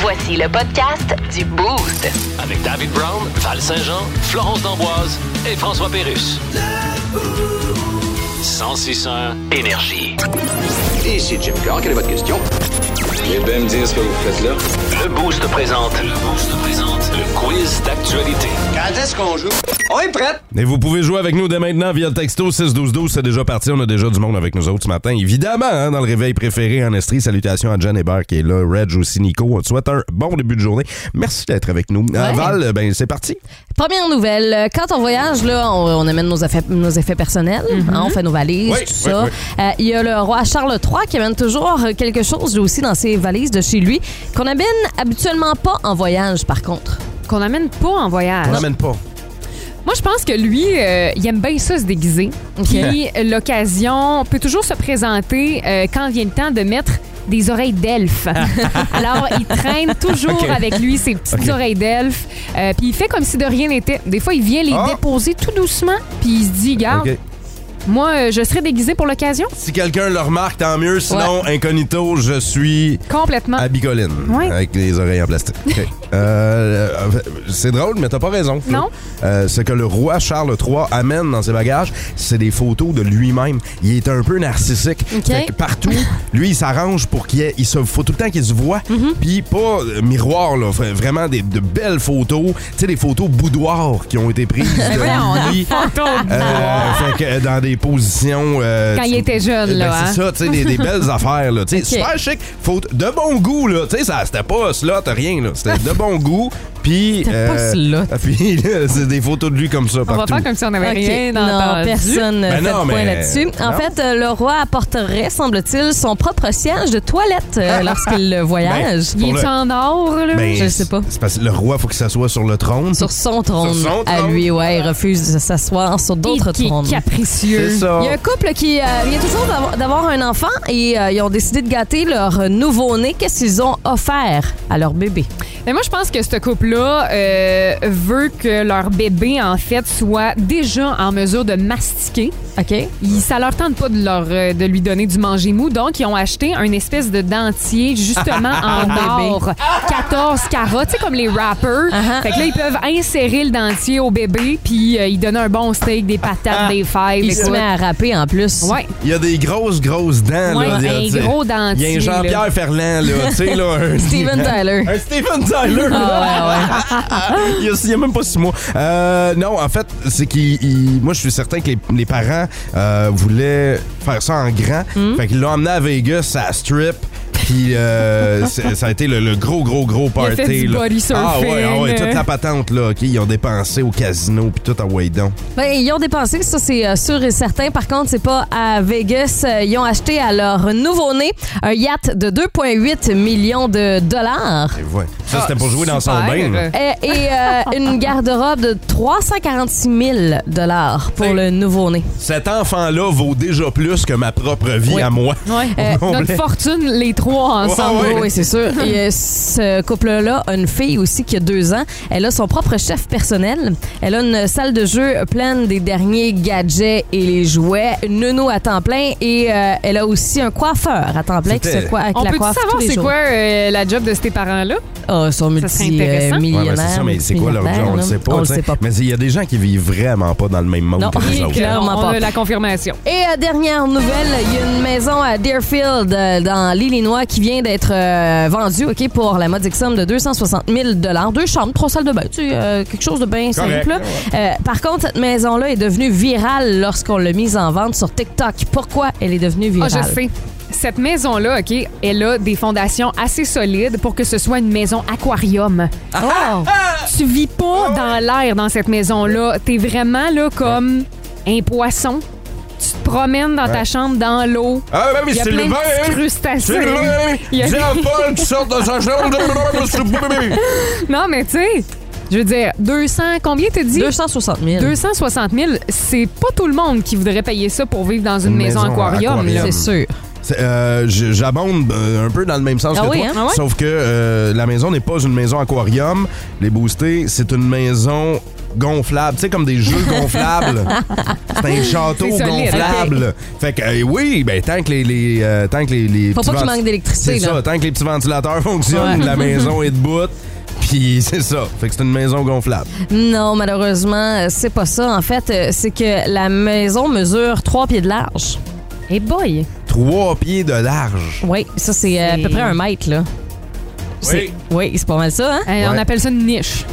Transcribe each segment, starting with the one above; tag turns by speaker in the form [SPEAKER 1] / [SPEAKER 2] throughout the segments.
[SPEAKER 1] Voici le podcast du Boost.
[SPEAKER 2] Avec David Brown, Val Saint-Jean, Florence D'Amboise et François Pérus. 1061 Énergie.
[SPEAKER 3] Ici Jim Carr, quelle est votre question?
[SPEAKER 4] Vous bien me dire ce que vous faites là?
[SPEAKER 2] Le Boost présente. Le Boost présente. Le quiz d'actualité.
[SPEAKER 3] Quand est-ce qu'on joue? On est prêt!
[SPEAKER 5] Et vous pouvez jouer avec nous dès maintenant via le texto 61212. C'est déjà parti. On a déjà du monde avec nous autres ce matin. Évidemment, hein, dans le réveil préféré en Estrie. Salutations à Jen Hébert qui est là. Reg aussi, Nico. On te souhaite un bon début de journée. Merci d'être avec nous. Euh,
[SPEAKER 6] Ouais.
[SPEAKER 5] Val, ben, c'est parti.
[SPEAKER 6] Première nouvelle, euh, quand on voyage, là, on, on amène nos effets, nos effets personnels, hein, on fait nos valises,
[SPEAKER 5] Mhm. Oui,
[SPEAKER 6] tout
[SPEAKER 5] oui,
[SPEAKER 6] ça.
[SPEAKER 5] oui.
[SPEAKER 6] Euh, Il y a le roi Charles III qui amène toujours euh, quelque chose lui aussi dans ses valises de chez lui, qu'on amène habituellement pas en voyage par contre.
[SPEAKER 7] Qu'on n'amène pas en voyage.
[SPEAKER 5] On n'amène pas.
[SPEAKER 7] Moi, je pense que lui, euh, il aime bien ça se déguiser. Puis l'occasion peut toujours se présenter euh, quand vient le temps de mettre des oreilles d'elfe. Alors, il traîne toujours
[SPEAKER 5] Ok.
[SPEAKER 7] avec lui ses petites
[SPEAKER 5] Ok.
[SPEAKER 7] oreilles d'elfe. Euh, puis il fait comme si de rien n'était. Des fois, il vient les
[SPEAKER 5] Ah!
[SPEAKER 7] déposer tout doucement. Puis il se dit, garde,
[SPEAKER 5] Ok.
[SPEAKER 7] moi, euh, je serais déguisé pour l'occasion.
[SPEAKER 5] Si quelqu'un le remarque, tant mieux. Sinon, incognito, je suis
[SPEAKER 7] Complètement.
[SPEAKER 5] à Bicoline.
[SPEAKER 7] Ouais.
[SPEAKER 5] Avec les oreilles en plastique. Ok. Euh, euh, c'est drôle, mais t'as pas raison. Flo.
[SPEAKER 7] Non.
[SPEAKER 5] Euh, ce que le roi Charles III amène dans ses bagages, c'est des photos de lui-même. Il est un peu narcissique.
[SPEAKER 6] Ok.
[SPEAKER 5] Fait que partout, lui, il s'arrange pour qu'il y ait- il se faut tout le temps qu'il se voit.
[SPEAKER 7] Mm-hmm.
[SPEAKER 5] Puis pas euh, miroir, là. Fait Vraiment des, de belles photos. Tu sais, des photos boudoir qui ont été prises. de lui. Euh, fait que dans des positions. euh,
[SPEAKER 7] Quand il
[SPEAKER 5] tu-
[SPEAKER 7] était jeune,
[SPEAKER 5] Ben,
[SPEAKER 7] là, hein.
[SPEAKER 5] C'est ça, tu sais, des, des belles affaires, là. Tu sais,
[SPEAKER 6] Ok.
[SPEAKER 5] super chic, faut de bon goût, là. Tu sais, ça- c'était pas cela, t'as rien, là. C'était de bon goût, puis. euh,
[SPEAKER 6] C'était pas slot.
[SPEAKER 5] Puis, là, c'est des photos de lui comme ça,
[SPEAKER 7] On va
[SPEAKER 5] partout.
[SPEAKER 7] faire comme si on n'avait
[SPEAKER 6] Ok.
[SPEAKER 7] rien
[SPEAKER 6] Non,
[SPEAKER 7] entendu.
[SPEAKER 6] personne ne
[SPEAKER 5] Ben
[SPEAKER 6] fait
[SPEAKER 5] non,
[SPEAKER 6] de point
[SPEAKER 5] mais-
[SPEAKER 6] là-dessus. En
[SPEAKER 5] non.
[SPEAKER 6] fait, euh, le roi apporterait, semble-t-il, son propre siège de toilette euh, lorsqu'il euh, voyage.
[SPEAKER 5] Ben,
[SPEAKER 7] Il
[SPEAKER 5] Pour
[SPEAKER 7] est
[SPEAKER 5] le-
[SPEAKER 7] en or, là?
[SPEAKER 5] Ben,
[SPEAKER 6] Je sais pas.
[SPEAKER 5] C'est parce que le roi, faut qu'il s'assoie sur le trône.
[SPEAKER 6] Sur son trône,
[SPEAKER 5] Sur son
[SPEAKER 6] à
[SPEAKER 5] trône.
[SPEAKER 6] lui, ouais, il refuse de s'asseoir sur d'autres
[SPEAKER 7] Et qui est
[SPEAKER 6] trônes.
[SPEAKER 7] capricieux.
[SPEAKER 5] C'est ça.
[SPEAKER 6] Il y a un couple qui euh, vient toujours d'avoir- d'avoir un enfant et euh, ils ont décidé de gâter leur nouveau-né. Qu'est-ce qu'ils ont offert à leur bébé?
[SPEAKER 7] Mais moi, je pense que ce couple-là euh, veut que leur bébé, en fait, soit déjà en mesure de mastiquer.
[SPEAKER 6] OK?
[SPEAKER 7] Il, ça leur tente pas de, leur, euh, de lui donner du manger mou. Donc, ils ont acheté un espèce de dentier, justement, en or. 14 carottes, tu sais, comme les rappers.
[SPEAKER 6] Uh-huh.
[SPEAKER 7] Fait que là, ils peuvent insérer le dentier au bébé, puis euh, ils donnent un bon steak, des patates, des fèves.
[SPEAKER 6] Ah. Il se
[SPEAKER 7] écoute.
[SPEAKER 6] met à rapper en plus.
[SPEAKER 7] Ouais.
[SPEAKER 5] Il y a des grosses, grosses dents,
[SPEAKER 7] Ouais,
[SPEAKER 5] là.
[SPEAKER 7] un
[SPEAKER 5] tu sais.
[SPEAKER 7] gros
[SPEAKER 5] Il y a
[SPEAKER 7] dentier,
[SPEAKER 5] un
[SPEAKER 7] là.
[SPEAKER 5] Jean-Pierre Ferland, là. Tu sais, là. un-
[SPEAKER 6] Steven Tyler.
[SPEAKER 5] Un Steven Tyler!
[SPEAKER 6] Ah
[SPEAKER 5] il, y a, il y a même pas six mois. Euh, non, en fait, c'est qu'il. il- Moi, je suis certain que les, les parents euh, voulaient faire ça en grand.
[SPEAKER 7] Hmm?
[SPEAKER 5] Fait qu'ils l'ont emmené à Vegas à Strip. Puis euh, c'est- ça a été le, le gros, gros, gros
[SPEAKER 7] a
[SPEAKER 5] party.
[SPEAKER 7] fait du
[SPEAKER 5] là.
[SPEAKER 7] body
[SPEAKER 5] Ah ouais, ah ouais,
[SPEAKER 7] surfing,
[SPEAKER 5] toute
[SPEAKER 7] euh.
[SPEAKER 5] la patente, là. OK, ils ont dépensé au casino, puis tout en Waydon.
[SPEAKER 6] Ben, ils ont dépensé, ça c'est euh, sûr et certain. Par contre, c'est pas à Vegas. Euh, Ils ont acheté à leur nouveau-né un yacht de 2,8 millions de dollars.
[SPEAKER 5] Et ouais. Ça, c'était pour
[SPEAKER 7] Ah,
[SPEAKER 5] jouer dans son
[SPEAKER 7] super.
[SPEAKER 5] bain. là.
[SPEAKER 6] Euh, Et euh, une garde-robe de 346 000 dollars pour
[SPEAKER 5] C'est-
[SPEAKER 6] le nouveau-né.
[SPEAKER 5] Cet enfant-là vaut déjà plus que ma propre vie
[SPEAKER 6] Oui.
[SPEAKER 5] à moi.
[SPEAKER 7] Ouais.
[SPEAKER 6] Euh,
[SPEAKER 5] Au
[SPEAKER 7] Notre
[SPEAKER 5] complet.
[SPEAKER 7] fortune, les trois ensemble.
[SPEAKER 5] Ouais, ouais.
[SPEAKER 6] Oui, oui, c'est sûr. Et euh, ce couple-là a une fille aussi qui a deux ans. Elle a son propre chef personnel. Elle a une salle de jeu pleine des derniers gadgets et les jouets, une nounou à temps plein et euh, elle a aussi un coiffeur à temps plein qui
[SPEAKER 5] C'était-
[SPEAKER 6] se coiffe, qui
[SPEAKER 7] On
[SPEAKER 6] la
[SPEAKER 7] peut
[SPEAKER 6] coiffe tous
[SPEAKER 7] savoir
[SPEAKER 6] les
[SPEAKER 7] c'est
[SPEAKER 6] jours.
[SPEAKER 7] quoi euh, la job de ces parents-là?
[SPEAKER 6] Ah, ils sont
[SPEAKER 7] Ça serait
[SPEAKER 6] multi
[SPEAKER 7] intéressant.
[SPEAKER 6] euh,
[SPEAKER 5] Ouais,
[SPEAKER 6] millionnaires,
[SPEAKER 5] ben, c'est ça, mais c'est quoi leur
[SPEAKER 6] multimilliardaires,
[SPEAKER 5] job? On le
[SPEAKER 6] là.
[SPEAKER 5] sait pas.
[SPEAKER 6] On le
[SPEAKER 5] tu sais.
[SPEAKER 6] sait pas.
[SPEAKER 5] Mais il y a des gens qui vivent vraiment pas dans le même monde
[SPEAKER 6] Non,
[SPEAKER 5] que les
[SPEAKER 6] rien
[SPEAKER 5] autres.
[SPEAKER 6] que- Clairement
[SPEAKER 7] on
[SPEAKER 6] pas.
[SPEAKER 7] a la confirmation.
[SPEAKER 6] Et euh, dernière nouvelle, il y a une maison à Deerfield, euh, dans l'Illinois, qui vient d'être euh, vendue ok, pour la modique somme de 260 000 Deux chambres, trois salles de bain, tu sais, euh, quelque chose de bien simple. là. Euh, par contre, cette maison-là est devenue virale lorsqu'on l'a mise en vente sur TikTok. Pourquoi elle est devenue
[SPEAKER 7] Ah,
[SPEAKER 6] virale?
[SPEAKER 7] je sais. Cette maison-là, OK, elle a des fondations assez solides pour que ce soit une maison aquarium. Oh! Tu vis pas dans l'air dans cette maison-là. T'es vraiment là comme un poisson. Tu te promènes dans ta chambre dans l'eau.
[SPEAKER 5] Ah, mais
[SPEAKER 7] Il y a
[SPEAKER 5] c'est
[SPEAKER 7] plein
[SPEAKER 5] le
[SPEAKER 7] de
[SPEAKER 5] vin!
[SPEAKER 7] petits
[SPEAKER 5] hein?
[SPEAKER 7] crustacés. Il y a-
[SPEAKER 5] Jean-Paul hein. qui sort de sa chambre.
[SPEAKER 7] Non, mais tu sais, je veux dire, 200, combien t'as dit?
[SPEAKER 6] 260 000
[SPEAKER 7] 260 000, c'est pas tout le monde qui voudrait payer ça pour vivre dans une,
[SPEAKER 5] Une
[SPEAKER 7] maison,
[SPEAKER 5] maison
[SPEAKER 7] aquarium.
[SPEAKER 5] aquarium.
[SPEAKER 7] là.
[SPEAKER 6] C'est sûr.
[SPEAKER 5] C'est, euh, je- J'abonde euh, un peu dans le même sens
[SPEAKER 6] Ah
[SPEAKER 5] que
[SPEAKER 6] oui,
[SPEAKER 5] toi.
[SPEAKER 6] hein?
[SPEAKER 7] Ah ouais?
[SPEAKER 5] Sauf que euh, la maison n'est pas une maison aquarium. Les boostés, c'est une maison gonflables, tu sais, comme des jeux gonflables. C'est un château
[SPEAKER 7] C'est solide,
[SPEAKER 5] gonflable. Fait que, euh, oui, ben, tant que les. les, euh, tant que les, les
[SPEAKER 6] Faut
[SPEAKER 5] petits
[SPEAKER 6] pas qu'il
[SPEAKER 5] vent-
[SPEAKER 6] manque d'électricité,
[SPEAKER 5] C'est
[SPEAKER 6] là.
[SPEAKER 5] ça, tant que les petits ventilateurs fonctionnent, la maison est debout. Puis c'est ça. Fait que c'est une maison gonflable.
[SPEAKER 6] Non, malheureusement, euh, c'est pas ça. En fait, euh, c'est que la maison mesure trois pieds de large.
[SPEAKER 7] Hey Eh boy!
[SPEAKER 5] Trois pieds de large.
[SPEAKER 6] Oui, ça, c'est euh, à peu près un mètre, là. C'est- Oui, c'est pas mal ça, hein?
[SPEAKER 7] Hey, On
[SPEAKER 5] Ouais.
[SPEAKER 7] appelle ça une niche.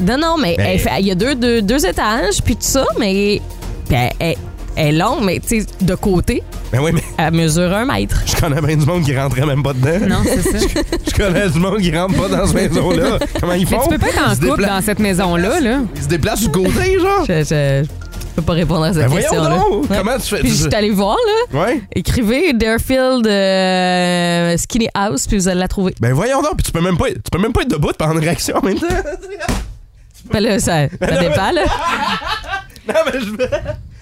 [SPEAKER 6] Non, non, mais
[SPEAKER 5] Ben-
[SPEAKER 6] elle fait- il y a deux, deux, deux étages, puis tout ça, mais puis elle, elle- elle est longue, mais tu sais, de côté,
[SPEAKER 5] Ben oui, mais
[SPEAKER 6] elle mesure un mètre.
[SPEAKER 5] je connais bien du monde qui rentrait même pas dedans.
[SPEAKER 7] Non, c'est ça.
[SPEAKER 5] Je connais du monde qui rentre pas dans cette maison-là. Comment ils font?
[SPEAKER 7] Mais tu peux pas être en
[SPEAKER 5] Ils se
[SPEAKER 7] couple
[SPEAKER 5] dépla-
[SPEAKER 7] dans cette maison-là, là.
[SPEAKER 5] Ils se déplacent du côté, genre.
[SPEAKER 6] Je, je- je peux pas répondre à cette
[SPEAKER 5] Ben voyons
[SPEAKER 6] question-là.
[SPEAKER 5] donc!
[SPEAKER 6] Ouais.
[SPEAKER 5] Comment tu fais?
[SPEAKER 6] Puis je suis allée voir, là.
[SPEAKER 5] Ouais?
[SPEAKER 6] Écrivez Deerfield euh, Skinny House, puis vous allez la trouver.
[SPEAKER 5] Ben voyons donc, puis tu peux même pas, tu peux même pas être debout pendant une réaction en même temps.
[SPEAKER 6] Ben là, ça, ça dépend, là.
[SPEAKER 5] non, mais je veux...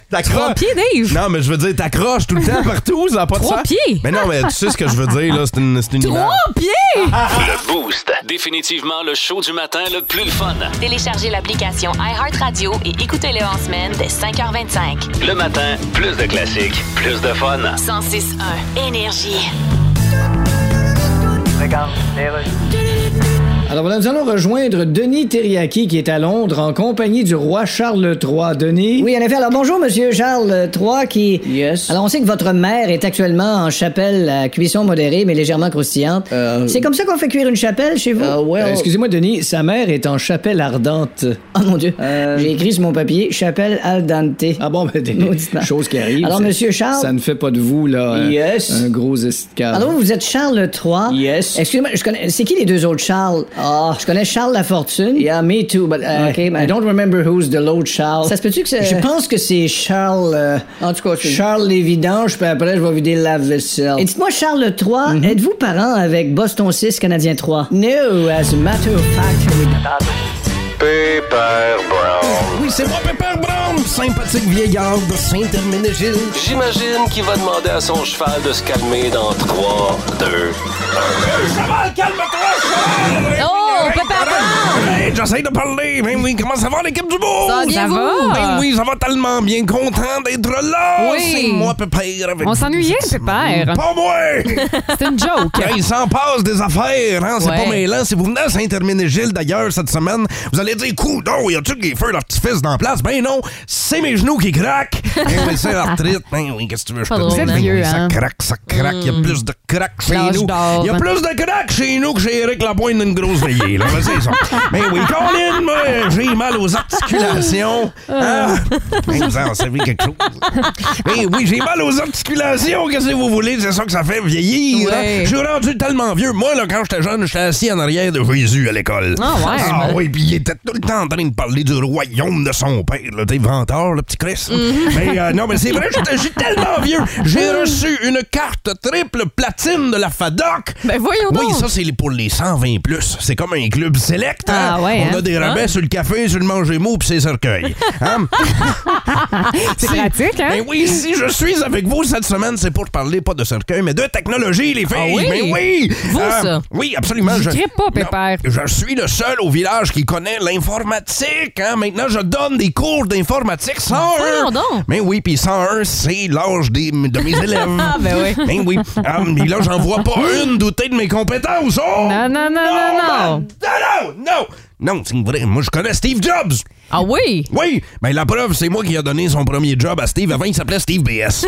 [SPEAKER 6] Trois
[SPEAKER 5] T'accroches.
[SPEAKER 6] pieds, Dave!
[SPEAKER 5] Non, mais je veux dire, t'accroches tout le temps partout, ça n'a pas de
[SPEAKER 6] Trois
[SPEAKER 5] sens.
[SPEAKER 6] pieds?
[SPEAKER 5] Mais non, mais tu sais ce que je veux dire, là, c'est une, c'est une
[SPEAKER 6] Trois
[SPEAKER 5] image.
[SPEAKER 6] pieds!
[SPEAKER 2] Le Boost. Définitivement le show du matin le plus le fun.
[SPEAKER 1] Téléchargez l'application iHeartRadio et écoutez-le en semaine dès 5h25.
[SPEAKER 2] Le matin, plus de classiques, plus de fun.
[SPEAKER 1] 106.1 Énergie.
[SPEAKER 8] Alors voilà, nous allons rejoindre Denis Terriaki qui est à Londres en compagnie du roi Charles III. Denis.
[SPEAKER 9] Oui, en effet. Alors bonjour, Monsieur Charles III, qui.
[SPEAKER 8] Yes.
[SPEAKER 9] Alors on sait que votre mère est actuellement en chapelle à cuisson modérée mais légèrement croustillante.
[SPEAKER 8] Euh.
[SPEAKER 9] C'est comme ça qu'on fait cuire une chapelle chez vous
[SPEAKER 5] Ah,
[SPEAKER 8] Euh, ouais, on- Excusez-moi, Denis, sa mère est en chapelle ardente.
[SPEAKER 9] Oh mon Dieu.
[SPEAKER 8] Euh.
[SPEAKER 9] J'ai écrit sur mon papier chapelle al dente.
[SPEAKER 8] Ah bon, ben, des
[SPEAKER 9] Maudit
[SPEAKER 8] choses qui arrivent.
[SPEAKER 9] Alors,
[SPEAKER 8] ça-
[SPEAKER 9] Monsieur Charles-
[SPEAKER 8] Ça ne fait pas de vous, là, un-
[SPEAKER 9] Yes.
[SPEAKER 8] un, gros escadre.
[SPEAKER 9] Alors vous êtes Charles III.
[SPEAKER 8] Yes.
[SPEAKER 9] Excusez-moi, je connais. C'est qui les deux autres Charles Ah. Je connais Charles la Fortune.
[SPEAKER 8] Yeah, me too, but uh,
[SPEAKER 9] Okay, ben-
[SPEAKER 8] I don't remember who's the Lord Charles.
[SPEAKER 9] Ça se peut-tu que c'est-
[SPEAKER 8] Je pense que c'est Charles... euh,
[SPEAKER 9] En tout cas, c'est-
[SPEAKER 8] Charles les vidanges, puis après, je vais vider Mhm. la vaisselle.
[SPEAKER 9] Et dites-moi, Charles III, êtes-vous parent avec Boston 6, Canadien 3?
[SPEAKER 8] No, as a matter of fact, we
[SPEAKER 4] Pepper Brown.
[SPEAKER 5] Oui, c'est moi, Pepper Brown, sympathique vieillard de Saint-Herménégil.
[SPEAKER 2] J'imagine qu'il va demander à son cheval de se calmer dans 3, 2,
[SPEAKER 6] Oh, papa!
[SPEAKER 5] Hey, j'essaie de parler. Ben oui, comment ça va l'équipe du beau?
[SPEAKER 6] Ça va bien,
[SPEAKER 7] Ça
[SPEAKER 6] vous?
[SPEAKER 7] va?
[SPEAKER 5] Ben oui, ça va tellement bien. Content d'être là.
[SPEAKER 7] Oui.
[SPEAKER 5] C'est moi, Pépère. Avec
[SPEAKER 7] On s'ennuyait, Pépère.
[SPEAKER 5] Pas moi!
[SPEAKER 7] C'est une joke.
[SPEAKER 5] Hey, Il s'en passe des affaires, hein? C'est
[SPEAKER 6] Ouais.
[SPEAKER 5] pas mêlant. Si vous venez à Saint-Herménégil, d'ailleurs, cette semaine, vous allez dire, coudon, y a-tu des feux d'artifice dans la place? Ben non, c'est mes genoux qui craquent. Eh oui, c'est l'arthrite. Ben oui, qu'est-ce que tu veux, je
[SPEAKER 6] Pas
[SPEAKER 5] te
[SPEAKER 6] drôle,
[SPEAKER 5] dis?
[SPEAKER 6] hein?
[SPEAKER 5] Ben oui,
[SPEAKER 7] Vieux,
[SPEAKER 5] ça
[SPEAKER 7] hein?
[SPEAKER 5] craque, ça craque. Il y a plus de craques chez
[SPEAKER 6] L'âge
[SPEAKER 5] nous.
[SPEAKER 6] d'or.
[SPEAKER 5] Il y a plus de craques chez nous que chez Eric Lapointe d'une grosse veillée, là. Ben, c'est ça. Ben oui, Colin, moi, j'ai mal aux articulations. Ah. Ben, vous en savez quelque chose. Ben oui, j'ai mal aux articulations. Qu'est-ce que vous voulez? C'est ça que ça fait vieillir. hein?
[SPEAKER 6] Ouais.
[SPEAKER 5] Je suis rendu tellement vieux. Moi, là, quand j'étais jeune, j'étais assis en arrière de Jésus à l'école.
[SPEAKER 6] Ah ouais.
[SPEAKER 5] Ah oui, puis il était tout le temps en train de parler du royaume de son père, là, t'es venteur, le petit Chris.
[SPEAKER 6] Mm-hmm.
[SPEAKER 5] Mais euh, non, mais c'est vrai, j'étais j'étais tellement vieux. J'ai
[SPEAKER 6] Mm.
[SPEAKER 5] reçu une carte triple platine de la FADOC.
[SPEAKER 6] Ben voyons
[SPEAKER 5] Oui,
[SPEAKER 6] donc.
[SPEAKER 5] ça, c'est les- pour les 120 plus. C'est comme un club select. hein.
[SPEAKER 7] Ah ouais,
[SPEAKER 5] On
[SPEAKER 7] hein.
[SPEAKER 5] a des rabais sur le café, sur le manger mou puis ses cercueils. Hein?
[SPEAKER 7] C'est pratique, hein?
[SPEAKER 5] Ben oui, si je suis avec vous cette semaine, c'est pour parler pas de cercueil, mais de technologie, les filles.
[SPEAKER 6] Ah oui?
[SPEAKER 5] Ben oui.
[SPEAKER 6] Vous, ça?
[SPEAKER 5] Oui, absolument.
[SPEAKER 7] Je trippe pas, Pépère.
[SPEAKER 5] Non, je suis le seul au village qui connaît l'informatique. Hein? Maintenant, je donne des cours d'informatique 101.
[SPEAKER 6] Voyons donc.
[SPEAKER 5] Mais oui, puis 101, c'est l'âge des, de mes élèves.
[SPEAKER 6] Ah, ben oui.
[SPEAKER 5] Ben oui. Ah, mais là, j'en vois pas une douter de mes compétences. Oh!
[SPEAKER 7] Non, non, non, non, non.
[SPEAKER 5] Non, non, non. Non, c'est vrai. Moi, je connais Steve Jobs.
[SPEAKER 6] Ah oui!
[SPEAKER 5] Oui, ben la preuve, c'est moi qui a donné son premier job à Steve avant il s'appelait Steve BS.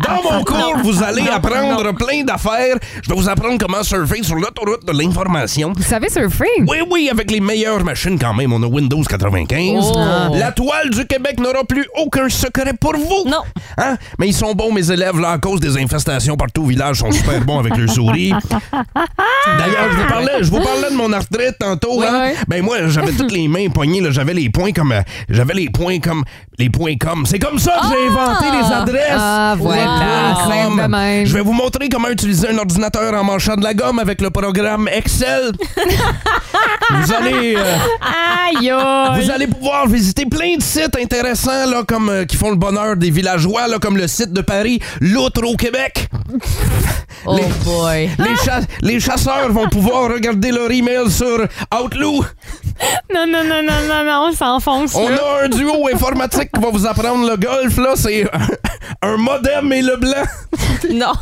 [SPEAKER 5] Dans mon cours, vous allez apprendre plein d'affaires. Je vais vous apprendre comment surfer sur l'autoroute de l'information.
[SPEAKER 7] Vous savez surfer?
[SPEAKER 5] Oui, oui, avec les meilleures machines quand même. On a Windows 95.
[SPEAKER 7] Ah.
[SPEAKER 6] Oh.
[SPEAKER 5] La toile du Québec n'aura plus aucun secret pour vous.
[SPEAKER 6] Non.
[SPEAKER 5] Hein? Mais ils sont bons, mes élèves, là, à cause des infestations partout au village. Ils sont super bons avec leurs souris. D'ailleurs, je vous parlais, je vous parlais de mon arthrite tantôt.
[SPEAKER 7] Oui,
[SPEAKER 5] hein?
[SPEAKER 7] oui.
[SPEAKER 5] Ben moi, j'avais toutes les mains poignées. là. J'avais les points comme... euh, J'avais les points comme... Les points comme. C'est comme ça que j'ai inventé les adresses.
[SPEAKER 7] Ah, voilà,
[SPEAKER 5] Les points
[SPEAKER 7] simple de
[SPEAKER 5] com.
[SPEAKER 7] même.
[SPEAKER 5] Je vais vous montrer comment utiliser un ordinateur en manchant de la gomme avec le programme Excel. vous allez... euh,
[SPEAKER 7] Aïe, aïe.
[SPEAKER 5] vous allez pouvoir visiter plein de sites intéressants là, comme, euh, qui font le bonheur des villageois, là, comme le site de Paris, l'autre au Québec.
[SPEAKER 6] Oh boy!
[SPEAKER 5] Les, cha- les chasseurs auditeurs vont pouvoir regarder leur email sur Outlook.
[SPEAKER 7] Non, non, non, non, non, non, on s'enfonce.
[SPEAKER 5] On
[SPEAKER 7] là.
[SPEAKER 5] a un duo informatique qui va vous apprendre le golf. Là, c'est un- un modem et le blanc.
[SPEAKER 6] Non.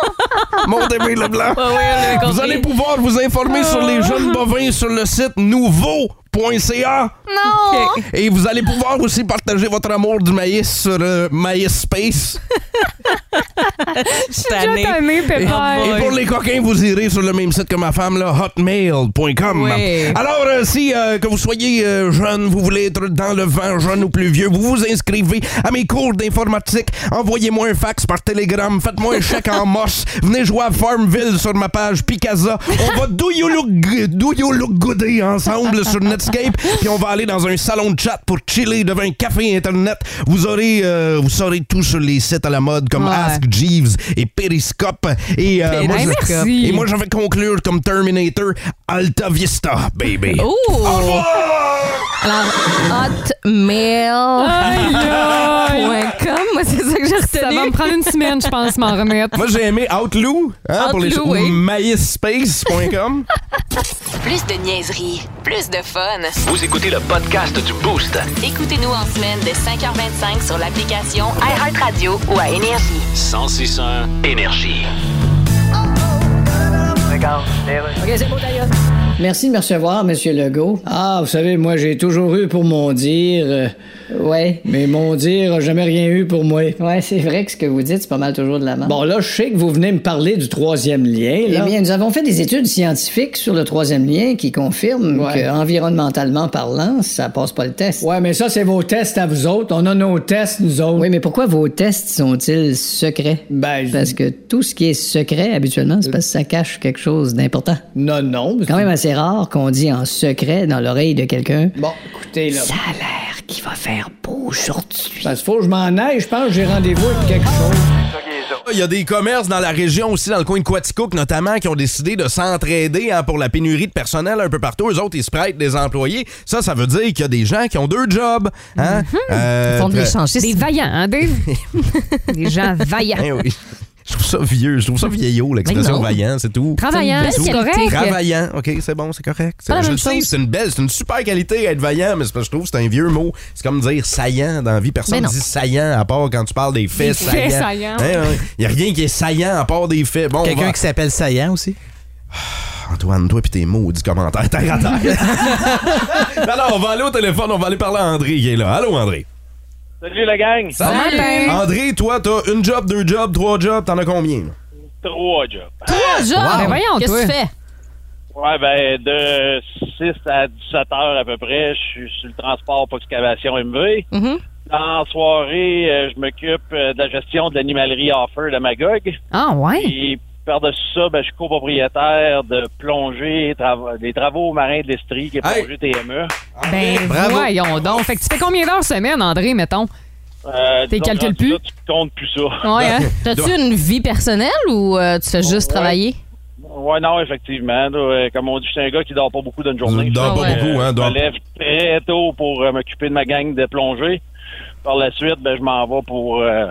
[SPEAKER 5] Modem et le blanc.
[SPEAKER 6] Ouais, ouais, on avait
[SPEAKER 5] Vous
[SPEAKER 6] compris. Ah.
[SPEAKER 5] allez pouvoir vous informer sur les jeunes bovins sur le site nouveau.ca
[SPEAKER 7] Non!
[SPEAKER 6] Ok.
[SPEAKER 5] et vous allez pouvoir aussi partager votre amour du maïs sur euh, MySpace.
[SPEAKER 6] Je suis
[SPEAKER 7] Je suis
[SPEAKER 6] tannée.
[SPEAKER 7] tannée,
[SPEAKER 5] Et,
[SPEAKER 7] Pépère.
[SPEAKER 5] et pour les coquins, vous irez sur le même site que ma femme, là, hotmail.com.
[SPEAKER 6] Oui.
[SPEAKER 5] Alors, euh, si euh, que vous soyez euh, jeune, vous voulez être dans le vent, jeune ou plus vieux, vous vous inscrivez à mes cours d'informatique, envoyez-moi un fax par télégramme, faites-moi un chèque en moche, venez jouer à Farmville sur ma page Picasa. On va do you look, good- do you look goodé ensemble sur Netscape, puis on va aller dans un salon de chat pour chiller devant un café Internet. Vous aurez, euh, vous saurez tout sur les sites à la mode comme
[SPEAKER 6] Ouais.
[SPEAKER 5] Ask Jeeves et Periscope. Et, euh, moi,
[SPEAKER 6] Hey,
[SPEAKER 5] je-
[SPEAKER 6] merci.
[SPEAKER 5] et moi, je vais conclure comme Terminator Alta Vista, baby.
[SPEAKER 6] Oh! Alors, hotmail.com,
[SPEAKER 7] Aïe, aïe.
[SPEAKER 6] Ah, moi, c'est ça que j'ai
[SPEAKER 7] Ça va me
[SPEAKER 6] retenu.
[SPEAKER 7] prendre une semaine, je pense, m'en remettre.
[SPEAKER 5] Moi, j'ai aimé Outlook, hein, pour les
[SPEAKER 6] Outlook, oui.
[SPEAKER 5] ou maïsspace.com.
[SPEAKER 1] Plus de niaiserie, plus de fun.
[SPEAKER 2] Vous écoutez le podcast du Boost.
[SPEAKER 1] Écoutez-nous en semaine de 5h25 sur l'application iHeartRadio ou à Énergie.
[SPEAKER 2] 1061 Énergie.
[SPEAKER 9] Merci de me recevoir, Monsieur Legault.
[SPEAKER 8] Ah, vous savez, moi, j'ai toujours eu pour mon dire, euh,
[SPEAKER 9] Ouais.
[SPEAKER 8] mais mon dire a jamais rien eu pour moi.
[SPEAKER 9] Ouais, c'est vrai que ce que vous dites, c'est pas mal toujours de la merde.
[SPEAKER 8] Bon, là, je sais que vous venez me parler du troisième lien,
[SPEAKER 9] Eh
[SPEAKER 8] là.
[SPEAKER 9] bien, nous avons fait des études scientifiques sur le troisième lien qui confirment
[SPEAKER 8] Ouais.
[SPEAKER 9] que, environnementalement parlant, ça passe pas le test.
[SPEAKER 8] Ouais, mais ça, c'est vos tests à vous autres. On a nos tests, nous autres.
[SPEAKER 9] Oui, mais pourquoi vos tests sont-ils secrets?
[SPEAKER 8] Ben, je-
[SPEAKER 9] Parce que tout ce qui est secret, habituellement, c'est parce que ça cache quelque chose d'important.
[SPEAKER 8] non, non.
[SPEAKER 9] C'est quand même assez rare qu'on dit en secret dans l'oreille de quelqu'un
[SPEAKER 8] Bon, écoutez, là.
[SPEAKER 9] Ça a l'air qu'il va faire beau aujourd'hui.
[SPEAKER 8] Parce qu'il faut que je m'en aille. Je pense que j'ai rendez-vous avec quelque chose.
[SPEAKER 5] Il y a des commerces dans la région aussi, dans le coin de Quaticook notamment, qui ont décidé de s'entraider hein, pour la pénurie de personnel un peu partout. Eux autres, ils se prêtent des employés. Ça, ça veut dire qu'il y a des gens qui ont deux jobs. Hein? Euh,
[SPEAKER 6] Mhm. Ils font de
[SPEAKER 5] très-
[SPEAKER 6] l'échangiste.
[SPEAKER 7] Des vaillants, hein, Dave? des gens vaillants.
[SPEAKER 5] Eh oui. Je trouve ça vieux, je trouve ça vieillot, l'expression
[SPEAKER 6] non.
[SPEAKER 5] vaillant, c'est tout.
[SPEAKER 7] Travaillant,
[SPEAKER 6] C'est une
[SPEAKER 7] c'est
[SPEAKER 6] belle
[SPEAKER 7] correct.
[SPEAKER 6] qualité.
[SPEAKER 5] Travaillant, ok, c'est bon, c'est correct.
[SPEAKER 6] Pas la
[SPEAKER 5] je
[SPEAKER 6] même
[SPEAKER 5] le sais,
[SPEAKER 6] chose.
[SPEAKER 5] c'est une belle, c'est une super qualité être vaillant, mais c'est parce que je trouve que c'est un vieux mot. C'est comme dire saillant dans la vie. Personne
[SPEAKER 6] Mais
[SPEAKER 5] ne
[SPEAKER 6] Ben non.
[SPEAKER 5] dit saillant à part quand tu parles des faits
[SPEAKER 7] Des faits
[SPEAKER 5] saillants.
[SPEAKER 7] saillants.
[SPEAKER 5] Il n'y a rien qui est saillant à part des faits. Bon, on va- Ah,
[SPEAKER 10] Quelqu'un qui s'appelle Saillant aussi.
[SPEAKER 5] Antoine, toi pis tes maudits commentaires, terre à terre. Alors, on va aller au téléphone, on va aller parler à André qui est là. Allô, André.
[SPEAKER 11] Salut la gang!
[SPEAKER 5] Salut.
[SPEAKER 6] Hein?
[SPEAKER 5] André, toi, t'as une job, deux jobs, trois jobs, t'en as combien? là?
[SPEAKER 11] Trois jobs.
[SPEAKER 6] Ah, Jean,
[SPEAKER 7] Ben voyons,
[SPEAKER 6] Qu'est-ce
[SPEAKER 7] toi.
[SPEAKER 6] que tu fais?
[SPEAKER 11] Ouais, ben, de 6 à 17 heures à peu près, je suis sur le transport pour excavation MV.
[SPEAKER 7] Mm-hmm.
[SPEAKER 6] Mhm.
[SPEAKER 11] Dans la soirée, euh, je m'occupe euh, de la gestion de l'animalerie Offer de Magog.
[SPEAKER 7] Ah, ouais.
[SPEAKER 11] Et par-dessus ça, ben, je suis copropriétaire de plongée, trava- des travaux marins de l'Estrie, qui est
[SPEAKER 5] Hey.
[SPEAKER 11] plongée E. TME.
[SPEAKER 7] Ben,
[SPEAKER 5] Bravo.
[SPEAKER 7] voyons donc. Fait que tu fais combien d'heures semaine, André, mettons?
[SPEAKER 11] Euh,
[SPEAKER 7] T'es
[SPEAKER 11] disons,
[SPEAKER 7] calcule
[SPEAKER 11] rendu
[SPEAKER 7] plus?
[SPEAKER 11] là, Tu comptes plus ça.
[SPEAKER 7] Ouais, hein?
[SPEAKER 5] Bah,
[SPEAKER 6] T'as-tu une vie personnelle ou euh, tu fais juste
[SPEAKER 11] Ouais.
[SPEAKER 6] travailler?
[SPEAKER 11] Ouais, non, effectivement. là, euh, comme on dit, je suis un gars qui dort pas beaucoup d'une journée.
[SPEAKER 5] Tu dors
[SPEAKER 6] pas
[SPEAKER 5] beaucoup, hein,
[SPEAKER 11] Je
[SPEAKER 5] dors-
[SPEAKER 11] me lève très tôt pour euh, m'occuper de ma gang de plongée. Par la suite, ben, je m'en vais pour euh,